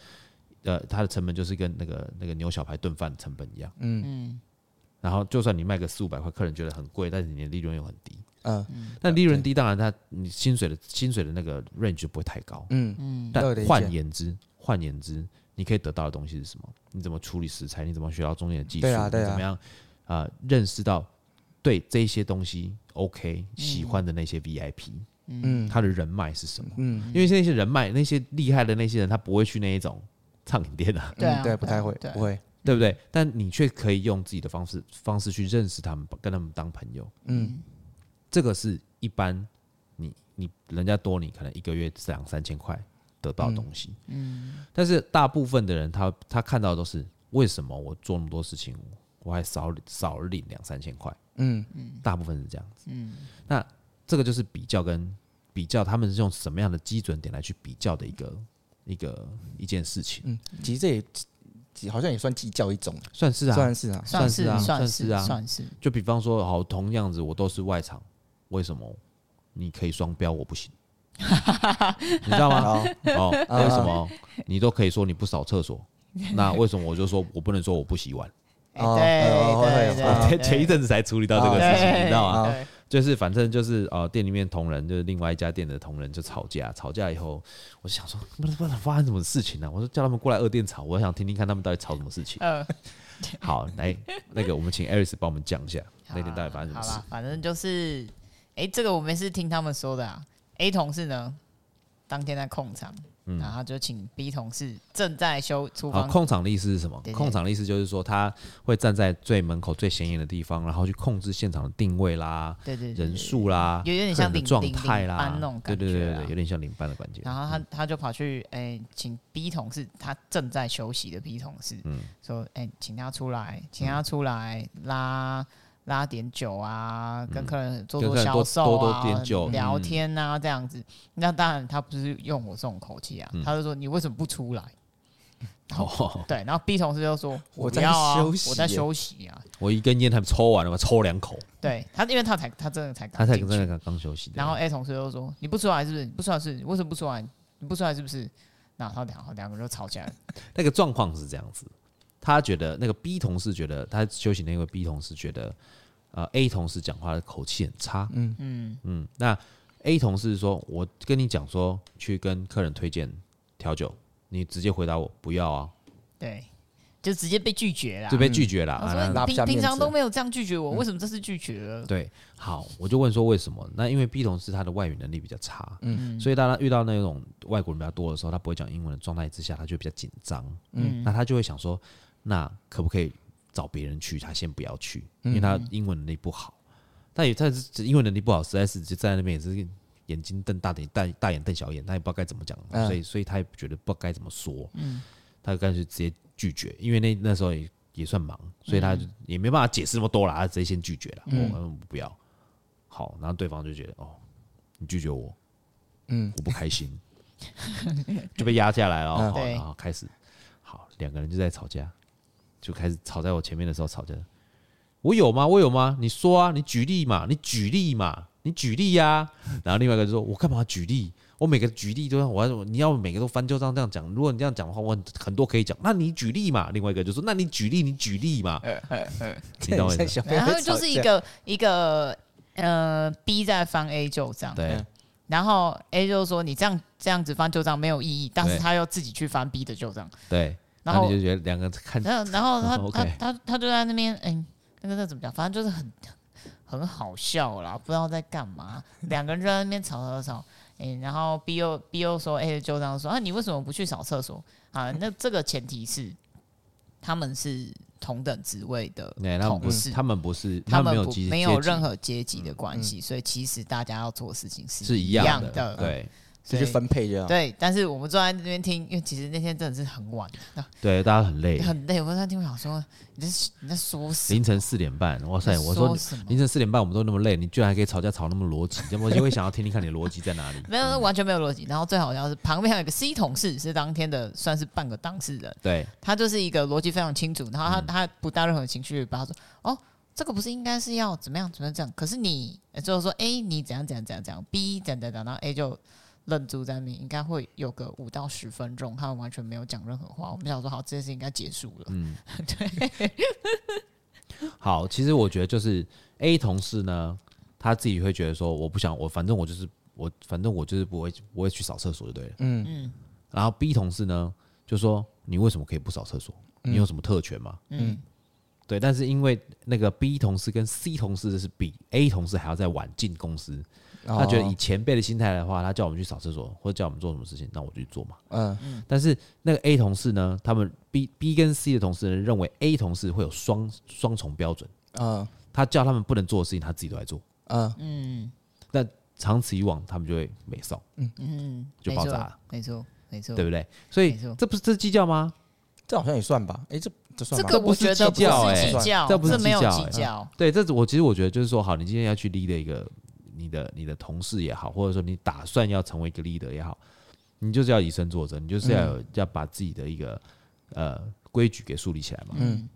[SPEAKER 2] 呃它的成本就是跟那个那个牛小排炖饭成本一样？
[SPEAKER 3] 嗯，
[SPEAKER 2] 然后就算你卖个四五百块，客人觉得很贵，但是你的利润又很低。
[SPEAKER 1] 嗯
[SPEAKER 2] 那利润低，当然它你薪水的薪水的那个 range 就不会太高。
[SPEAKER 1] 嗯，
[SPEAKER 2] 但
[SPEAKER 1] 有点意见
[SPEAKER 2] 换言之，换言之，你可以得到的东西是什么？你怎么处理食材？你怎么学到中间的技术？
[SPEAKER 1] 对啊对啊
[SPEAKER 2] 你怎么样啊、呃认识到对这些东西 OK 喜欢的那些 VIP，嗯，他的人脉是什么？嗯，因为那些人脉，那些厉害的那些人，他不会去那一种唱饮店啊，
[SPEAKER 3] 对
[SPEAKER 1] 嗯
[SPEAKER 3] 啊
[SPEAKER 1] 对，不太会，
[SPEAKER 3] 对
[SPEAKER 1] 不会，
[SPEAKER 2] 对不对？但你却可以用自己的方式方式去认识他们，跟他们当朋友。
[SPEAKER 1] 嗯
[SPEAKER 2] 这个是一般你你人家多你可能一个月两三千块得到的东西，嗯，但是大部分的人他他看到的都是为什么我做那么多事情，我还少少领两三千块，
[SPEAKER 1] 嗯
[SPEAKER 2] 大部分是这样子，嗯，那这个就是比较跟比较，他们是用什么样的基准点来去比较的一个一个一件事情，
[SPEAKER 1] 嗯，其实这也其好像也算计较一种，
[SPEAKER 2] 算是啊，
[SPEAKER 1] 算是啊，
[SPEAKER 2] 算是
[SPEAKER 3] 是
[SPEAKER 2] 啊
[SPEAKER 3] 算
[SPEAKER 2] 算是啊
[SPEAKER 3] 算是，
[SPEAKER 2] 就比方说，好，同样子我都是外场，为什么你可以双标，我不行？ 你知道吗？
[SPEAKER 1] 好，
[SPEAKER 2] 哦，
[SPEAKER 3] 嗯
[SPEAKER 2] 为什么你都可以说你不扫厕所？那为什么我就说我不能说我不洗碗？
[SPEAKER 3] 哎
[SPEAKER 1] 哦呃会
[SPEAKER 3] 对对
[SPEAKER 1] 会
[SPEAKER 2] 我
[SPEAKER 3] 对
[SPEAKER 2] 前
[SPEAKER 3] 对，
[SPEAKER 2] 哦前一阵子才处理到这个事情，
[SPEAKER 3] 对
[SPEAKER 2] 你知道吗？
[SPEAKER 3] 对
[SPEAKER 2] 就是反正就是呃，店里面同仁就是另外一家店的同仁就吵架，吵架以后，我就想说，不知不知道发生什么事情呢、啊我说叫他们过来二店吵，我想听听看他们到底吵什么事情。
[SPEAKER 3] 呃，
[SPEAKER 2] 好，来那个我们请艾瑞斯帮我们讲一下那天到底发生什么
[SPEAKER 3] 好
[SPEAKER 2] 事
[SPEAKER 3] 啦。，反正就是，哎、这个我们是听他们说的啊。A 同事呢，当天在控场，然后他就请 B 同事正在修厨
[SPEAKER 2] 嗯好，
[SPEAKER 3] 房，
[SPEAKER 2] 啊控场的意思是什么
[SPEAKER 3] 对？对
[SPEAKER 2] 控场的意思就是说，他会站在最门口最显眼的地方，然后去控制现场的定位啦、
[SPEAKER 3] 对对对
[SPEAKER 2] 人数啦、
[SPEAKER 3] 有有点
[SPEAKER 2] 客人
[SPEAKER 3] 像
[SPEAKER 2] 的
[SPEAKER 3] 领
[SPEAKER 2] 状
[SPEAKER 3] 领
[SPEAKER 2] 态
[SPEAKER 3] 领
[SPEAKER 2] 啦
[SPEAKER 3] 班那种，
[SPEAKER 2] 对
[SPEAKER 3] 感觉
[SPEAKER 2] 对
[SPEAKER 3] 啊
[SPEAKER 2] 对对，有点像领班的感 觉。
[SPEAKER 3] 然后他他就跑去哎、诶请 B 同事，他正在休息的 B 同事，
[SPEAKER 2] 嗯
[SPEAKER 3] 说哎、诶请他出来，请他出来拉拉点酒啊，跟客人做做
[SPEAKER 2] 嗯跟客人
[SPEAKER 3] 销
[SPEAKER 2] 多
[SPEAKER 3] 售
[SPEAKER 2] 多
[SPEAKER 3] 啊，
[SPEAKER 2] 多点酒
[SPEAKER 3] 聊
[SPEAKER 2] 嗯
[SPEAKER 3] 天啊这样子。那当然他不是用我这种口气啊，
[SPEAKER 2] 嗯
[SPEAKER 3] 他就说你为什么不出来？
[SPEAKER 2] 哦，
[SPEAKER 3] 对，然后 B 同事就说
[SPEAKER 1] 我
[SPEAKER 3] 不
[SPEAKER 1] 在
[SPEAKER 3] 要啊，
[SPEAKER 1] 休息
[SPEAKER 3] 我在
[SPEAKER 1] 耶
[SPEAKER 3] 休息啊。
[SPEAKER 2] 我一根烟还抽完了嘛，抽两口，
[SPEAKER 3] 对他，因为他才他真的才
[SPEAKER 2] 他
[SPEAKER 3] 刚
[SPEAKER 2] 才
[SPEAKER 3] 进
[SPEAKER 2] 真
[SPEAKER 3] 去
[SPEAKER 2] 的刚刚休息。
[SPEAKER 3] 然后 A 同事就说：“你不出来是不是？你不出来是不是？为什么不出来？你不出来是不是？”然后他两好两个人就吵起来了。
[SPEAKER 2] 那个状况是这样子，他觉得那个 B 同事觉得他休息那位 B 同事觉得，呃 A 同事讲话的口气很差，嗯嗯嗯，那 A 同事说，我跟你讲说去跟客人推荐调酒，你直接回答我不要啊，
[SPEAKER 3] 对，就直接被拒绝了。
[SPEAKER 2] 就被拒绝了、啊
[SPEAKER 3] 他
[SPEAKER 2] 那
[SPEAKER 3] 嗯说
[SPEAKER 1] 拉不
[SPEAKER 3] 平
[SPEAKER 1] 下面
[SPEAKER 3] 平
[SPEAKER 1] 子
[SPEAKER 3] 常都没有这样拒绝
[SPEAKER 2] 嗯
[SPEAKER 3] 我，为什么这次拒绝 了？
[SPEAKER 2] 对，好，我就问说为什么？那因为 B 同事他的外语能力比较差，嗯，所以当他遇到那种外国人比较多的时候，他不会讲英文的状态之下，他就比较紧张，嗯，那他就会想说，那可不可以找别人去？他先不要去，因为他英文能力不好。但也但是英文能力不好，实在是就在那边也是眼睛瞪大点，大大眼瞪小眼，他也不知道该怎么讲，
[SPEAKER 1] 嗯
[SPEAKER 2] 所以所以他也觉得不知道该怎么说，他就干脆直接拒绝，因为那那时候也也算忙，所以他就也没办法解释那么多啦，他直接先拒绝了，我、嗯、不要，好，然后对方就觉得哦，你拒绝我，嗯，我不开心，就被压下来了，哦
[SPEAKER 1] 嗯
[SPEAKER 2] 好，
[SPEAKER 3] 对
[SPEAKER 2] 然后开始，好，两个人就在吵架，就开始吵在我前面的时候吵架，我有吗？我有吗？你说啊，你举例嘛，你举例嘛，你举例呀、然后另外一个就说，我干嘛举例？我每个举例都要，我要你要每个都翻旧账这样讲。如果你这样讲的话，我很很多可以讲。那你举例嘛？另外一个就说，那你举例，你举例嘛？
[SPEAKER 3] 哎
[SPEAKER 2] 你懂我意思？
[SPEAKER 1] 小朋友
[SPEAKER 3] 然后就是一个一个呃 B 在翻 A 旧账，
[SPEAKER 2] 对
[SPEAKER 1] 嗯
[SPEAKER 3] 然后 A 就说你这样这样子翻旧账没有意义，但是
[SPEAKER 2] 对
[SPEAKER 3] 他又自己去翻 B 的旧账，
[SPEAKER 2] 对，
[SPEAKER 3] 然
[SPEAKER 2] 然后
[SPEAKER 3] 后
[SPEAKER 2] 你就觉得两个人看
[SPEAKER 3] 然后然 后他
[SPEAKER 2] OK
[SPEAKER 3] 他他他就在那边哎、那个那怎么讲，反正就是很很好笑啦，不知道在干嘛，两个人就在那边吵吵吵。哎、然后 B 又 B 又说，哎、就这样说啊，你为什么不去扫厕所啊？那这个前提是他们是同等职位的
[SPEAKER 2] 对，他们
[SPEAKER 3] 同
[SPEAKER 2] 哎不
[SPEAKER 3] 事，
[SPEAKER 2] 是，他们不是，
[SPEAKER 3] 他
[SPEAKER 2] 们
[SPEAKER 3] 们
[SPEAKER 2] 没有
[SPEAKER 3] 不
[SPEAKER 2] 阶
[SPEAKER 3] 没
[SPEAKER 2] 阶
[SPEAKER 3] 有
[SPEAKER 2] 级嗯
[SPEAKER 3] 任何阶级的关系，所以其实大家要做的事情是
[SPEAKER 2] 是
[SPEAKER 3] 一
[SPEAKER 2] 一
[SPEAKER 3] 样
[SPEAKER 2] 样的，
[SPEAKER 3] 的
[SPEAKER 2] 对
[SPEAKER 1] 就
[SPEAKER 3] 所以
[SPEAKER 1] 去分啊配这样。
[SPEAKER 3] 对，但是我们坐在那边听，因为其实那天真的是很晚，
[SPEAKER 2] 对，大家很累，
[SPEAKER 3] 很累。我在那听，我想说你在你在说什么？
[SPEAKER 2] 凌晨四点半，哇塞！
[SPEAKER 3] 你
[SPEAKER 2] 我说
[SPEAKER 3] 什么
[SPEAKER 2] 凌？晨四点半我们都那么累，你居然还可以吵架吵那么逻辑，要么我就会想要听听看你的逻辑在哪里。
[SPEAKER 3] 没有，那完全没有逻辑。然后最好笑是旁边还有一个 C 同事，是当天的算是半个当事人，
[SPEAKER 2] 对
[SPEAKER 3] 他就是一个逻辑非常清楚，然后
[SPEAKER 2] 嗯
[SPEAKER 3] 他、他不带任何情绪，把他说哦，这个不是应该是要怎么样怎么样这样，可是你呃就是说 A 你怎样怎样怎样怎样，B 怎样怎样怎样，然后 A 就愣住在那边，应该会有个五到十分钟，他完全没有讲任何话。我们想说好，这件事应该结束了，
[SPEAKER 2] 嗯 好，其实我觉得就是 A 同事呢，他自己会觉得说，我不想，我反正我就是我，反正我就是不会不会去扫厕所就对了。嗯嗯。然后 B 同事呢，就说你为什么可以不扫厕所？你有什么特权吗？嗯。对，但是因为那个 B 同事跟 C 同事是比 A 同事还要再晚进公司，他觉得以
[SPEAKER 1] 哦
[SPEAKER 2] 前辈的心态的话，他叫我们去扫厕所或者叫我们做什么事情，那我就去做嘛。
[SPEAKER 1] 嗯
[SPEAKER 2] 但是那个 A 同事呢，他们 B B 跟 C 的同事呢，认为 A 同事会有双双重标准，
[SPEAKER 1] 嗯
[SPEAKER 2] 他叫他们不能做的事情，他自己都在做。
[SPEAKER 1] 嗯，
[SPEAKER 2] 那长此以往，他们就会没送，
[SPEAKER 3] 嗯，
[SPEAKER 2] 就
[SPEAKER 3] 没
[SPEAKER 2] 爆
[SPEAKER 3] 错
[SPEAKER 2] 炸了，
[SPEAKER 3] 没错没错
[SPEAKER 2] 对，不对？所以
[SPEAKER 3] 没错
[SPEAKER 2] 这不是这是计较吗？
[SPEAKER 1] 这好像也算吧？哎，这这算
[SPEAKER 3] 这
[SPEAKER 1] 吧
[SPEAKER 3] 个
[SPEAKER 2] 不
[SPEAKER 3] 我
[SPEAKER 2] 是
[SPEAKER 3] 觉得
[SPEAKER 2] 计较
[SPEAKER 3] 不是
[SPEAKER 2] 欸
[SPEAKER 3] 计较，哎
[SPEAKER 2] 这不是
[SPEAKER 3] 没有
[SPEAKER 2] 计较
[SPEAKER 3] 计
[SPEAKER 2] 欸
[SPEAKER 3] 较，
[SPEAKER 2] 对，这我其实我觉得就是说，好，你今天要去 lead 一个你的你的同事也好，或者说你打算要成为一个 leader 也好，你就是要以身作则，你就是要有、
[SPEAKER 3] 嗯
[SPEAKER 2] 要把自己的一个呃规矩给树立起来嘛。嗯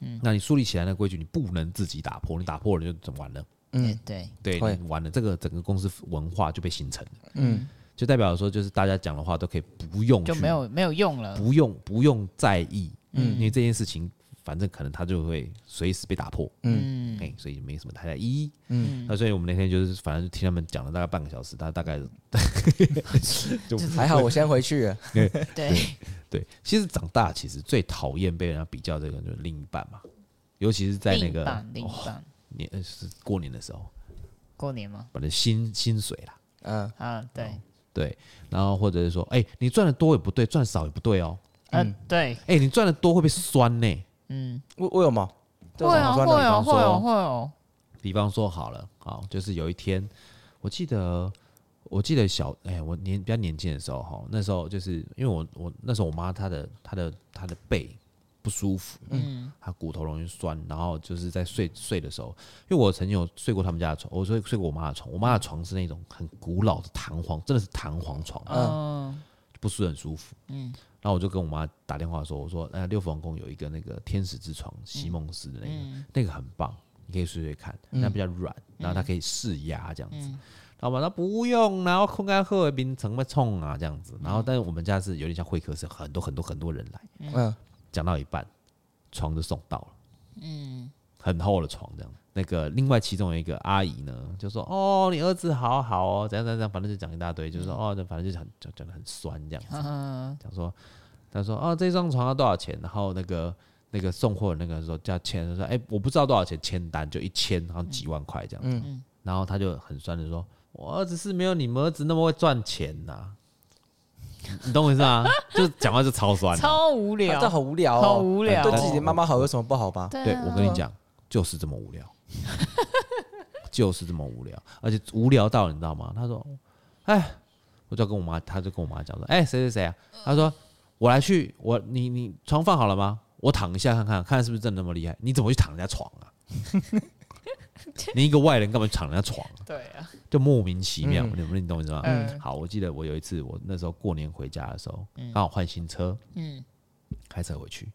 [SPEAKER 2] 嗯，那你树立起来的规矩，你不能自己打破，你打破了就怎么完了？
[SPEAKER 3] 对
[SPEAKER 1] 嗯
[SPEAKER 3] 对，
[SPEAKER 2] 对，
[SPEAKER 1] 会
[SPEAKER 2] 你完了，这个整个公司文化就被形成了。嗯，就代表说，就是大家讲的话都可以不用
[SPEAKER 3] 就
[SPEAKER 2] 去
[SPEAKER 3] 没有没有用了，
[SPEAKER 2] 不用不用在意，嗯，因为这件事情反正可能它就会随时被打破，嗯，哎、所以没什么太大意义，嗯，那所以我们那天就是反正就听他们讲了大概半个小时，他大概
[SPEAKER 1] 还好，我先回去了。
[SPEAKER 3] 对，
[SPEAKER 2] 对，其实长大其实最讨厌被人家比较这个就是另一半嘛，尤其是在
[SPEAKER 3] 另
[SPEAKER 2] 那
[SPEAKER 3] 一
[SPEAKER 2] 个
[SPEAKER 3] 半另
[SPEAKER 2] 哦
[SPEAKER 3] 一半，
[SPEAKER 2] 年、呃是过年的时候，
[SPEAKER 3] 过年吗？
[SPEAKER 2] 反正薪薪水啦。
[SPEAKER 1] 嗯，
[SPEAKER 3] 啊，对，
[SPEAKER 2] 对，然后或者是说，哎、你赚的多也不对，赚少也不对哦。
[SPEAKER 3] 嗯，对，嗯
[SPEAKER 2] 哎、你赚的多会被酸呢、
[SPEAKER 1] 我我有吗？这
[SPEAKER 3] 会
[SPEAKER 1] 种好像
[SPEAKER 3] 哦，会
[SPEAKER 1] 比
[SPEAKER 3] 哦，
[SPEAKER 1] 方
[SPEAKER 3] 会
[SPEAKER 1] 说
[SPEAKER 3] 哦，会哦，
[SPEAKER 2] 比方说好了，好，就是有一天，我记得，我记得小，哎、我年比较年轻的时候哈，那时候就是因为我我那时候我妈她的她的她的背不舒服，嗯，她骨头容易酸，然后就是在睡睡的时候，因为我曾经有睡过他们家的床，我睡睡过我妈的床，我妈的床是那种很古老的弹簧，真的是弹簧床，
[SPEAKER 3] 嗯，
[SPEAKER 2] 不是很舒服。哦嗯，然后我就跟我妈打电话说，我说，呃，六福皇宫有一个那个天使之床，席梦思的那个，那个很棒，你可以睡睡看，那比较软，然后它可以释压这样子。然后我妈说不用啦，然后空干喝冰城会冲啊这样子。然后，但是我们家是有点像会客室，很多很多很多人来，
[SPEAKER 1] 嗯
[SPEAKER 2] 讲到一半，床就送到了，嗯，很厚的床这样。那个另外其中有一个阿姨呢，就说：“哦，你儿子好好哦，怎样怎样怎样，反正就讲一大堆，就说哦，反正就讲讲讲的很酸这样子，讲说他说哦，这张床要多少钱？然后那个那个送货的那个时候叫签，他说哎、我不知道多少钱，签单就一千，好像几万块这样子。然后他就很酸的说，我儿子是没有你们儿子那么会赚钱呐、你懂我意思吗？ 就是讲话就超酸的。
[SPEAKER 3] 超无
[SPEAKER 1] 啊
[SPEAKER 3] 聊
[SPEAKER 1] 这，好无聊哦，
[SPEAKER 3] 好无聊
[SPEAKER 1] 对自己的妈妈好有什么不好吧？
[SPEAKER 2] 对
[SPEAKER 3] 啊
[SPEAKER 2] 我跟你讲，就是这么无聊，就是这么无聊，而且无聊到你知道吗？他说，哎，我就要跟我妈，他就跟我妈讲说，哎，谁谁谁啊？他说，我来去，我你你床放好了吗？我躺一下看看，看是不是真的那么厉害？你怎么去躺人家床啊？你一个外人干嘛去躺人家床啊、
[SPEAKER 3] 对啊，
[SPEAKER 2] 就莫名其妙，
[SPEAKER 1] 嗯
[SPEAKER 2] 你们你懂我意思吗？
[SPEAKER 3] 嗯
[SPEAKER 2] 好，我记得我有一次，我那时候过年回家的时候，刚好换新车，
[SPEAKER 3] 嗯
[SPEAKER 2] 开车回去。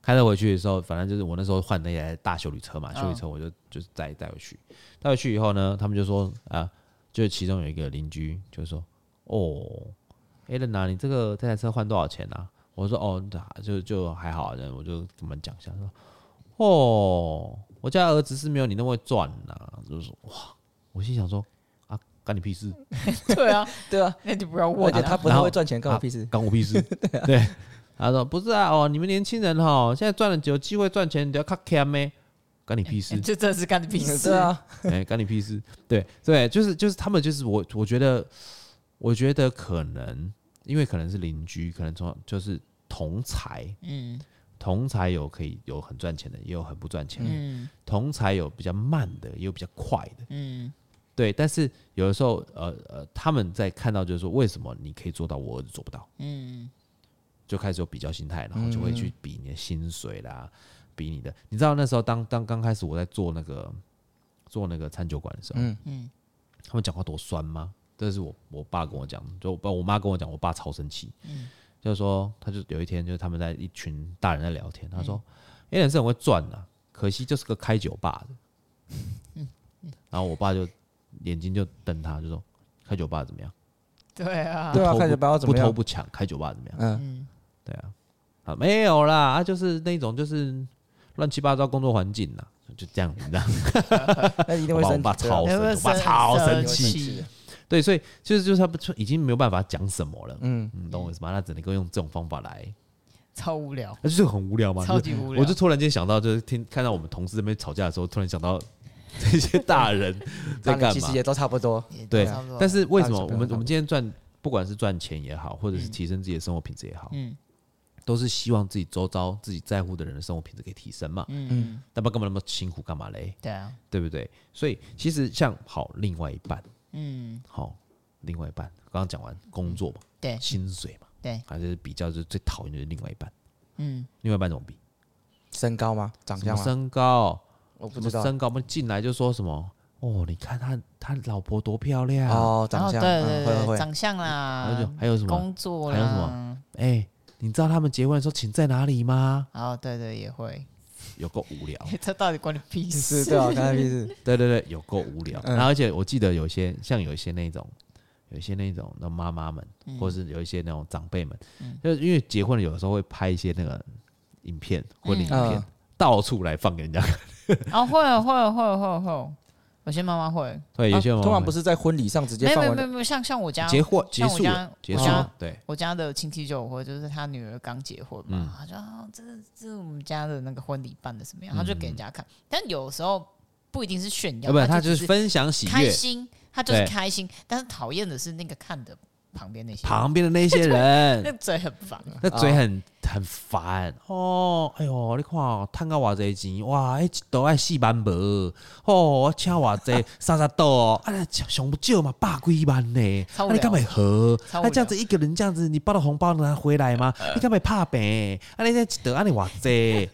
[SPEAKER 2] 开车回去的时候，反正就是我那时候换那台大修理车嘛，
[SPEAKER 3] 嗯
[SPEAKER 2] 修理车我就就是带带回去，带回去以后呢，他们就说啊、就是其中有一个邻居就说，哦 a l a n 啊，你这个这台车换多少钱啊？我说哦，就就还好啊，然后我就跟他们讲一下，说哦，我家儿子是没有你那么会赚呐、就是说哇，我心想说啊，干你屁事，
[SPEAKER 3] 对啊，
[SPEAKER 1] 对啊，
[SPEAKER 3] 那就不要
[SPEAKER 1] 而
[SPEAKER 3] 问
[SPEAKER 1] 且
[SPEAKER 3] 了。
[SPEAKER 1] 他不
[SPEAKER 2] 然
[SPEAKER 1] 太
[SPEAKER 2] 后
[SPEAKER 1] 会赚钱，干我屁事
[SPEAKER 2] 啊？干我屁事。 对，他说不是啊，哦，你们年轻人哈，现在赚了有机会赚钱，你都要靠 K 咩？干你屁事
[SPEAKER 3] 欸 ！这真的是干的屁事
[SPEAKER 1] 对，啊，
[SPEAKER 2] 哎，干你屁事！对对，就是就是他们就是我，我觉得，我觉得可能因为可能是邻居，可能从就是同才，
[SPEAKER 3] 嗯
[SPEAKER 2] 同才有可以有很赚钱的，也有很不赚钱的，
[SPEAKER 3] 嗯
[SPEAKER 2] 同才有比较慢的，也有比较快的。
[SPEAKER 3] 嗯
[SPEAKER 2] 对，但是有的时候，呃呃，他们在看到就是说，为什么你可以做到，我儿子做不到？
[SPEAKER 3] 嗯，
[SPEAKER 2] 就开始有比较心态，然后就会去比你的薪水啦，比你的。你知道那时候当当刚开始我在做那个做那个餐酒馆的时候，
[SPEAKER 1] 嗯
[SPEAKER 3] 嗯
[SPEAKER 2] 他们讲话多酸吗？这是我我爸跟我讲，就我爸我妈跟我讲，我爸超生气，就是说他就有一天就是他们在一群大人在聊天，他说 A 人是很会赚的、可惜就是个开酒吧的，然后我爸就眼睛就瞪他，就说开酒吧怎么样？
[SPEAKER 3] 对啊，
[SPEAKER 1] 对啊，
[SPEAKER 2] 偷
[SPEAKER 1] 看起来不要怎
[SPEAKER 2] 不
[SPEAKER 1] 么
[SPEAKER 2] 偷
[SPEAKER 1] 样，
[SPEAKER 2] 不抢，开酒吧怎么样？
[SPEAKER 1] 嗯，
[SPEAKER 2] 对啊，啊没有啦，啊就是那种就是乱七八糟工作环境呐，就这样，你知道？
[SPEAKER 1] 那一定
[SPEAKER 2] 我
[SPEAKER 1] 会
[SPEAKER 2] 爸我爸
[SPEAKER 1] 生气，对
[SPEAKER 2] 超
[SPEAKER 1] 啊
[SPEAKER 3] 对
[SPEAKER 2] 生
[SPEAKER 3] 啊
[SPEAKER 2] 气，我爸
[SPEAKER 3] 生
[SPEAKER 2] 超生
[SPEAKER 3] 生
[SPEAKER 2] 气。
[SPEAKER 3] 气，
[SPEAKER 2] 对，所以就是就是他不已经没有办法讲什么了，
[SPEAKER 1] 嗯，
[SPEAKER 2] 你懂我意思吗？他只能够用这种方法来，
[SPEAKER 3] 超无聊，
[SPEAKER 2] 那就是很无聊嘛，
[SPEAKER 3] 超
[SPEAKER 2] 就是
[SPEAKER 3] 级无聊。
[SPEAKER 2] 我就突然间想到，就是听看到我们同事在那边吵架的时候，突然想到这些大人在
[SPEAKER 1] 当然
[SPEAKER 2] 干
[SPEAKER 1] 其
[SPEAKER 2] 嘛
[SPEAKER 1] 实？也都差不多，
[SPEAKER 3] 也
[SPEAKER 2] 对
[SPEAKER 3] 差不多，
[SPEAKER 2] 但是为什么
[SPEAKER 1] 大人小朋
[SPEAKER 2] 我
[SPEAKER 1] 友
[SPEAKER 2] 们
[SPEAKER 1] 差不多
[SPEAKER 2] 我们今天赚，不管是赚钱也好，或者是
[SPEAKER 3] 嗯
[SPEAKER 2] 提升自己的生活品质也好，
[SPEAKER 3] 嗯
[SPEAKER 2] 都是希望自己周遭自己在乎的人的生活品质可以提升嘛？
[SPEAKER 3] 嗯嗯，
[SPEAKER 2] 那不然干嘛那么辛苦干嘛嘞？
[SPEAKER 3] 对啊，
[SPEAKER 2] 对不对？所以其实像好另外一半，
[SPEAKER 3] 嗯
[SPEAKER 2] 好另外一半，刚刚讲完工作嘛，
[SPEAKER 3] 对
[SPEAKER 2] 薪水嘛，
[SPEAKER 3] 对，
[SPEAKER 2] 还是比较就是最讨厌的就是另外一半，
[SPEAKER 3] 嗯
[SPEAKER 2] 另外一半怎么比？
[SPEAKER 1] 身高吗？长
[SPEAKER 2] 什么
[SPEAKER 1] 相吗？
[SPEAKER 2] 身高，
[SPEAKER 1] 我不
[SPEAKER 2] 什
[SPEAKER 1] 知
[SPEAKER 2] 么
[SPEAKER 1] 道。
[SPEAKER 2] 身高，我们进来就说什么哦，你看他他老婆多漂亮，
[SPEAKER 1] 哦，
[SPEAKER 3] 然
[SPEAKER 1] 长
[SPEAKER 3] 后
[SPEAKER 1] 相，
[SPEAKER 3] 对对
[SPEAKER 1] 嗯会
[SPEAKER 3] 对
[SPEAKER 1] 会
[SPEAKER 3] 对，
[SPEAKER 1] 会，
[SPEAKER 3] 长相
[SPEAKER 2] 还有
[SPEAKER 3] 啦
[SPEAKER 2] 就，还有什么？
[SPEAKER 3] 工作啦，
[SPEAKER 2] 还有什么哎、你知道他们结婚的时候请在哪里吗？
[SPEAKER 3] 哦，对对，也会，
[SPEAKER 2] 有够无聊，
[SPEAKER 3] 这到底关你屁
[SPEAKER 1] 哦是，
[SPEAKER 3] 事？
[SPEAKER 1] 对啊，看他屁事，
[SPEAKER 2] 对对对，有够无聊。
[SPEAKER 1] 嗯
[SPEAKER 2] 然后而且我记得有一些像有一些那种，有一些那种那妈妈们，或是有一些那种长辈们，就是因为结婚了，有的时候会拍一些那个影片婚礼影片，
[SPEAKER 1] 嗯
[SPEAKER 2] 到处来放给人家看。
[SPEAKER 3] 哦，会哦会哦会哦会哦会哦，有些妈妈会，
[SPEAKER 2] 对，有些
[SPEAKER 1] 啊
[SPEAKER 2] 人
[SPEAKER 1] 通常不是在婚礼上直接
[SPEAKER 3] 没有
[SPEAKER 1] 放
[SPEAKER 3] 没有
[SPEAKER 1] 完
[SPEAKER 3] 没有
[SPEAKER 1] 的，
[SPEAKER 3] 没有，像像我家
[SPEAKER 2] 结婚结
[SPEAKER 3] 像我
[SPEAKER 2] 束了
[SPEAKER 3] 家，
[SPEAKER 2] 结束
[SPEAKER 3] 我
[SPEAKER 2] 了
[SPEAKER 3] 家，
[SPEAKER 2] 对，
[SPEAKER 3] 我家的亲戚就有婚，就是他女儿刚结婚
[SPEAKER 2] 嗯
[SPEAKER 3] 嘛，他说啊，这这我们家的那个婚礼办的怎么样，他就给人家看。但有时候不一定是炫耀，
[SPEAKER 2] 嗯要不然
[SPEAKER 3] 他
[SPEAKER 2] 他就是
[SPEAKER 3] 只
[SPEAKER 2] 分享喜
[SPEAKER 3] 开
[SPEAKER 2] 悦，
[SPEAKER 3] 心，他就是
[SPEAKER 2] 对
[SPEAKER 3] 开心。但是讨厌的是那个看的旁边那些人，
[SPEAKER 2] 旁边的那些人
[SPEAKER 3] 那，嘴很烦。啊
[SPEAKER 2] 那嘴很很烦哦。哎呦，你看哦，赚到偌济钱哇，迄都爱四万无哦，我请偌济三十多哦， 啊，上不少嘛，百几万呢。
[SPEAKER 3] 超无
[SPEAKER 2] 啊、你干嘛
[SPEAKER 3] 聊
[SPEAKER 2] 喝？
[SPEAKER 3] 超
[SPEAKER 2] 那、
[SPEAKER 3] 无聊
[SPEAKER 2] 啊这样子一个人这样子，你包的红包拿回来 吗？你干嘛怕病？啊，你这得啊，你偌济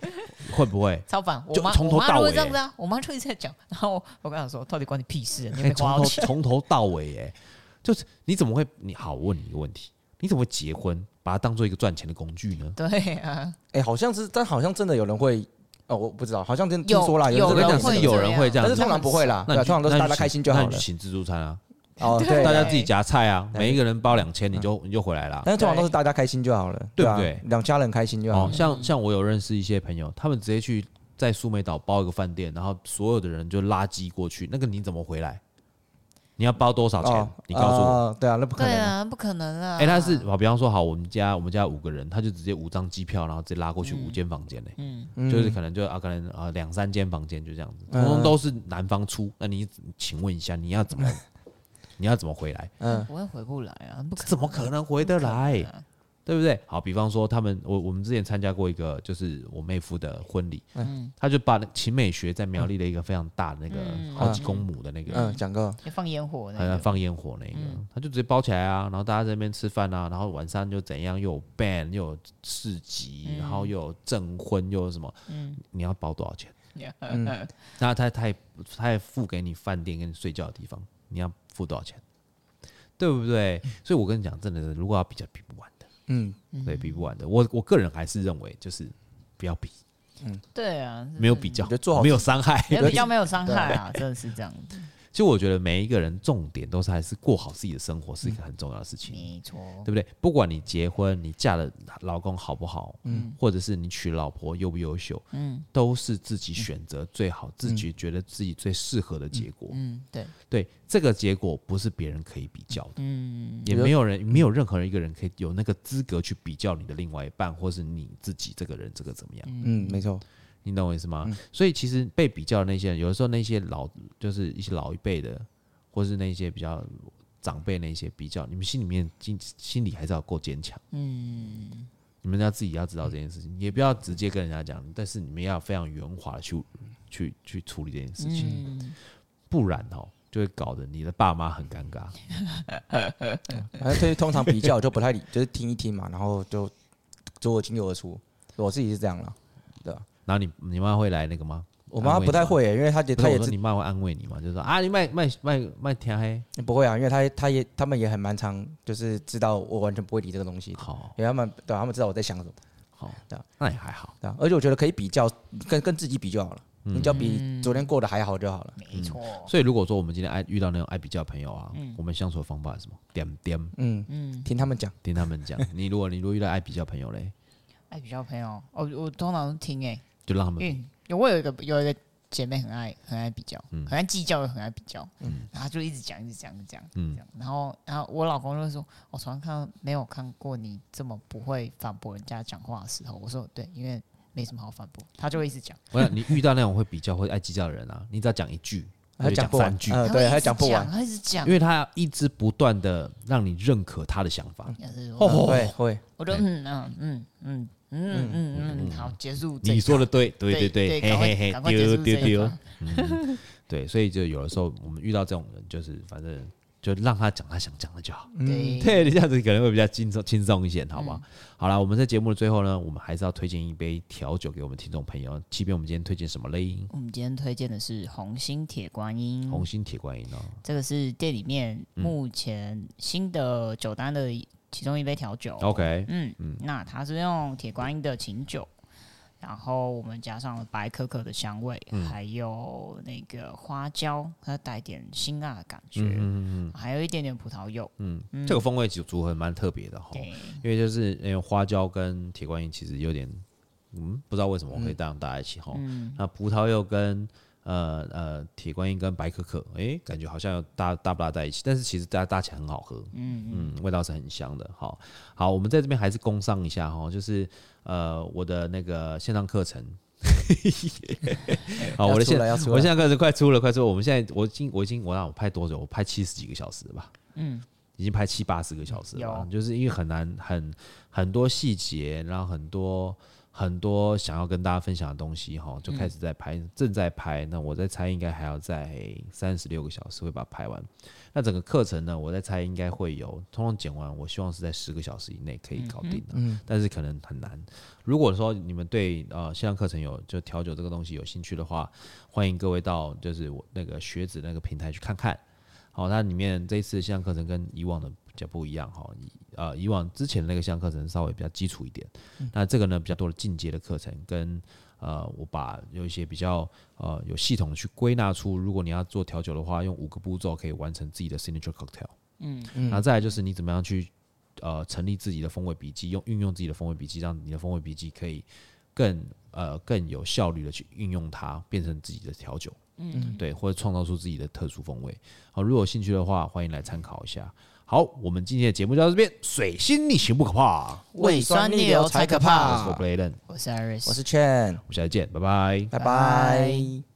[SPEAKER 2] 会不会？
[SPEAKER 3] 超烦，我
[SPEAKER 2] 就
[SPEAKER 3] 妈
[SPEAKER 2] 从头
[SPEAKER 3] 我妈
[SPEAKER 2] 到
[SPEAKER 3] 都
[SPEAKER 2] 尾
[SPEAKER 3] 会这样子啊，我妈就一直在讲， 然后我跟她说，到底关你屁事啊？你
[SPEAKER 2] 哎
[SPEAKER 3] 没
[SPEAKER 2] 从
[SPEAKER 3] 花到
[SPEAKER 2] 头
[SPEAKER 3] 钱，
[SPEAKER 2] 从头到尾，哎，就是你怎么会？你好，我问你一个问题，你怎么会结婚把它当做一个赚钱的工具呢？
[SPEAKER 3] 对啊，
[SPEAKER 1] 哎，好像是，但好像真的有人会，哦，我不知道，好像真
[SPEAKER 3] 有
[SPEAKER 1] 听说啦，
[SPEAKER 3] 有
[SPEAKER 2] 我
[SPEAKER 1] 人
[SPEAKER 2] 跟你
[SPEAKER 1] 会
[SPEAKER 2] 讲
[SPEAKER 1] 这
[SPEAKER 2] 是
[SPEAKER 1] 样
[SPEAKER 2] 有
[SPEAKER 1] 子
[SPEAKER 2] 人会这样子
[SPEAKER 1] 但是通常不会啦，
[SPEAKER 2] 那
[SPEAKER 1] 对
[SPEAKER 2] 你
[SPEAKER 1] 啊，
[SPEAKER 2] 去
[SPEAKER 1] 通常都是
[SPEAKER 2] 那你
[SPEAKER 1] 大家
[SPEAKER 2] 去
[SPEAKER 1] 开心就
[SPEAKER 2] 那
[SPEAKER 1] 好
[SPEAKER 2] 你
[SPEAKER 1] 了
[SPEAKER 2] 去。请自助餐啊，
[SPEAKER 1] 哦，对，
[SPEAKER 2] 大
[SPEAKER 1] 对
[SPEAKER 2] 家自己夹菜啊，
[SPEAKER 1] 对
[SPEAKER 2] 每一个人包两千，你就你就回来啦。
[SPEAKER 1] 但是通常都是大家开心就好了，
[SPEAKER 2] 对
[SPEAKER 1] 啊
[SPEAKER 2] 对不对
[SPEAKER 1] 两家人开心就好
[SPEAKER 2] 哦，
[SPEAKER 1] 了。
[SPEAKER 2] 像像我有认识一些朋友，他们直接去在苏梅岛包一个饭店，然后所有的人就垃圾过去，那个你怎么回来？你要包多少钱？
[SPEAKER 1] 哦
[SPEAKER 2] 你告诉我。
[SPEAKER 1] 哦对啊，那不可
[SPEAKER 3] 对
[SPEAKER 1] 能啊。
[SPEAKER 3] 啊，不可能啊。
[SPEAKER 2] 哎、他是好，比方说好，我们家我们家五个人，他就直接五张机票，然后直接拉过去五间房间嘞、
[SPEAKER 3] 嗯，
[SPEAKER 1] 嗯
[SPEAKER 2] 就是可能就啊，可能啊两三间房间就这样子，
[SPEAKER 1] 嗯
[SPEAKER 2] 通通都是男方出，那你请问一下，你要怎么你要怎么回来？
[SPEAKER 1] 嗯，
[SPEAKER 3] 不会回不来啊，不可
[SPEAKER 2] 怎么可能回得来
[SPEAKER 3] 不可能啊
[SPEAKER 2] 对不对？好，比方说他们，我我们之前参加过一个，就是我妹夫的婚礼，
[SPEAKER 3] 嗯
[SPEAKER 2] 他就把秦美学在苗栗的一个非常大的那个、
[SPEAKER 3] 嗯
[SPEAKER 2] 好几公亩的那个，
[SPEAKER 1] 嗯，讲个
[SPEAKER 3] 就放烟火那
[SPEAKER 2] 还有
[SPEAKER 3] 个，
[SPEAKER 2] 放烟火那个，他就直接包起来啊，然后大家在那边吃饭啊，然后晚上又怎样，又有 band，又有市集，然后又有证婚，又有什么，你要包多少钱？
[SPEAKER 3] 嗯
[SPEAKER 2] 那他他也他也付给你饭店跟你睡觉的地方，你要付多少钱？对不对？所以我跟你讲，真的，如果要比较比不完的，
[SPEAKER 1] 嗯，
[SPEAKER 2] 对，比不完的。我我个人还是认为，就是不要比，
[SPEAKER 3] 对啊，
[SPEAKER 2] 没有比较
[SPEAKER 1] 我觉得做好，
[SPEAKER 2] 没有伤害。
[SPEAKER 3] 没有比较没有伤害啊，真的是这样子，
[SPEAKER 2] 其实我觉得每一个人重点都是还是过好自己的生活，是一个很重要的事情。
[SPEAKER 3] 没错，
[SPEAKER 2] 对不对？不管你结婚，你嫁的老公好不好，嗯，或者是你娶老婆优不优秀，嗯，都是自己选择最好，自己觉得自己最适合的结果。
[SPEAKER 3] 嗯，对，
[SPEAKER 2] 对，这个结果不是别人可以比较的，
[SPEAKER 3] 嗯，
[SPEAKER 2] 也
[SPEAKER 1] 比如
[SPEAKER 2] 没有人，没有任何人一个人可以有那个资格去比较你的另外一半，或是你自己这个人这个怎么样，
[SPEAKER 1] 嗯，没错，
[SPEAKER 2] 你懂我意思
[SPEAKER 1] 嗯
[SPEAKER 2] 吗？所以其实被比较的那些人，有的时候那些老就是一些老一辈的，或是那些比较长辈那些比较，你们心里面心心里还是要够坚强。
[SPEAKER 3] 嗯，
[SPEAKER 2] 你们要自己要知道这件事情，也不要直接跟人家讲，但是你们要非常圆滑的去去去处理这件事情，
[SPEAKER 3] 嗯，
[SPEAKER 2] 不然哦，就会搞得你的爸妈很尴尬。
[SPEAKER 1] 反正哎通通常比较就不太理，就是听一听嘛，然后就左耳进右耳出，我自己是这样了。
[SPEAKER 2] 然后你你妈会来那个吗？
[SPEAKER 1] 我妈不太会、因为她也
[SPEAKER 2] 不
[SPEAKER 1] 她
[SPEAKER 2] 是我
[SPEAKER 1] 也
[SPEAKER 2] 说
[SPEAKER 1] 知
[SPEAKER 2] 你妈会安慰你吗？就是说啊，你卖卖卖卖天黑，
[SPEAKER 1] 不会啊，因为她她也他们也很蛮常就是知道我完全不会理这个东西的，
[SPEAKER 2] 好
[SPEAKER 1] 因为他们对啊他们知道我在想什么，
[SPEAKER 2] 好
[SPEAKER 1] 对啊，
[SPEAKER 2] 那也还好。
[SPEAKER 1] 对啊，而且我觉得可以比较跟跟自己比就好了，
[SPEAKER 2] 嗯
[SPEAKER 1] 你只要比昨天过得还好就好了。
[SPEAKER 3] 没错，
[SPEAKER 2] 所以如果说我们今天爱遇到那种爱比较的朋友啊，我们相处的方法是什么？点点
[SPEAKER 1] 嗯嗯，听他们讲，
[SPEAKER 2] 听他们讲。你如果你如果遇到爱比较的朋友嘞，
[SPEAKER 3] 爱比较朋友，哦，我通常都听哎，
[SPEAKER 2] 就让他
[SPEAKER 3] 因
[SPEAKER 2] 们比
[SPEAKER 3] 为我有一个有一个姐妹很爱很爱比较，很爱计较又很爱比较，然后就一直讲一直讲一直讲
[SPEAKER 2] 嗯
[SPEAKER 3] 这样，然后然后我老公就说，我从来看到没有看过你这么不会反驳人家讲话的时候，我说对，因为没什么好反驳，他就会一直讲，
[SPEAKER 2] 我想你遇到那种会比较或者爱计较的人啊，你只要讲一句，我
[SPEAKER 1] 还
[SPEAKER 2] 就
[SPEAKER 1] 讲不完
[SPEAKER 2] 三句，
[SPEAKER 1] 呃
[SPEAKER 3] 他
[SPEAKER 1] 对，
[SPEAKER 3] 还
[SPEAKER 1] 还讲不完，
[SPEAKER 3] 他一直讲
[SPEAKER 2] 因，为他要一直不断的让你认可他的想法，
[SPEAKER 3] 也是我
[SPEAKER 2] 哦
[SPEAKER 1] 对，会，
[SPEAKER 3] 我就嗯嗯嗯嗯嗯嗯嗯，好，结束这一趴。
[SPEAKER 2] 你说的对，对
[SPEAKER 3] 对
[SPEAKER 2] 对，
[SPEAKER 3] 对赶快
[SPEAKER 2] 嘿嘿
[SPEAKER 3] 赶
[SPEAKER 2] 嘿，
[SPEAKER 3] 快结
[SPEAKER 2] 丢
[SPEAKER 3] 束
[SPEAKER 2] 丢
[SPEAKER 3] 这一
[SPEAKER 2] 丢
[SPEAKER 3] 趴，
[SPEAKER 2] 嗯 对，所以就有的时候我们遇到这种人，就是反正就让他讲他想讲的就好，
[SPEAKER 3] 对
[SPEAKER 2] 对，这样子可能会比较轻松轻松一些，好
[SPEAKER 3] 嗯
[SPEAKER 2] 吗？好了，我们在节目的最后呢，我们还是要推荐一杯调酒给我们听众朋友，即便我们今天推荐什么嘞？
[SPEAKER 3] 我们今天推荐的是红心铁观音，
[SPEAKER 2] 红心铁观音哦，
[SPEAKER 3] 这个是店里面目前新的酒单的其中一杯调酒。
[SPEAKER 2] OK，
[SPEAKER 3] 嗯那它是用铁观音的琴酒，然后我们加上了白可可的香味，还有那个花椒，它带点辛辣的感觉，
[SPEAKER 2] 嗯嗯
[SPEAKER 3] 还有一点点葡萄柚。
[SPEAKER 2] 嗯嗯，这个风味组组合蛮特别的哈，
[SPEAKER 3] 对，
[SPEAKER 2] 因为就是因为花椒跟铁观音其实有点，嗯，不知道为什么我可以带大家一起哈。那葡萄柚跟呃呃铁观音跟白可可，诶，感觉好像有搭搭不搭在一起，但是其实搭搭起来很好喝，嗯嗯，味道是很香的。好，好，我们在这边还是工商一下哈，就是呃我的那个线上课程。 好，我的
[SPEAKER 1] 要出
[SPEAKER 2] 线
[SPEAKER 1] 来要出
[SPEAKER 2] 我
[SPEAKER 1] 来
[SPEAKER 2] 现在开始快出了，快出了。我们现在我已经我已经我让我拍多久？我拍七十几个小时了吧？嗯，已经拍七八十个小时了吧，就是因为很难很很多细节，然后很多很多想要跟大家分享的东西哈，就开始在拍，正在拍。那我在猜，应该还要在三十六个小时会把它拍完。那整个课程呢，我在猜应该会有，通通剪完，我希望是在十个小时以内可以搞定的、但是可能很难。如果说你们对呃线上课程有就调酒这个东西有兴趣的话，欢迎各位到就是我那个学子那个平台去看看。好，那里面这一次的线上课程跟以往的比较不一样哈，以呃以往之前的那个线上课程稍微比较基础一点，那这个呢比较多的进阶的课程跟呃我把有一些比较呃有系统的去归纳出，如果你要做调酒的话，用五个步骤可以完成自己的 signature cocktail。嗯，那再来就是你怎么样去呃成立自己的风味笔记，用运用自己的风味笔记，让你的风味笔记可以更呃更有效率的去运用它，变成自己的调酒。嗯，对，或者创造出自己的特殊风味。好，如果有兴趣的话，欢迎来参考一下。好，我们今天的节目就到这边。水星逆行不可怕，
[SPEAKER 3] 胃酸逆流才可
[SPEAKER 2] 我
[SPEAKER 3] 怕
[SPEAKER 2] 是 Bladen，
[SPEAKER 3] 我是 Iris，
[SPEAKER 1] 我是 Chen，
[SPEAKER 2] 我们下次见，拜拜。
[SPEAKER 1] 拜
[SPEAKER 3] 拜
[SPEAKER 1] 拜。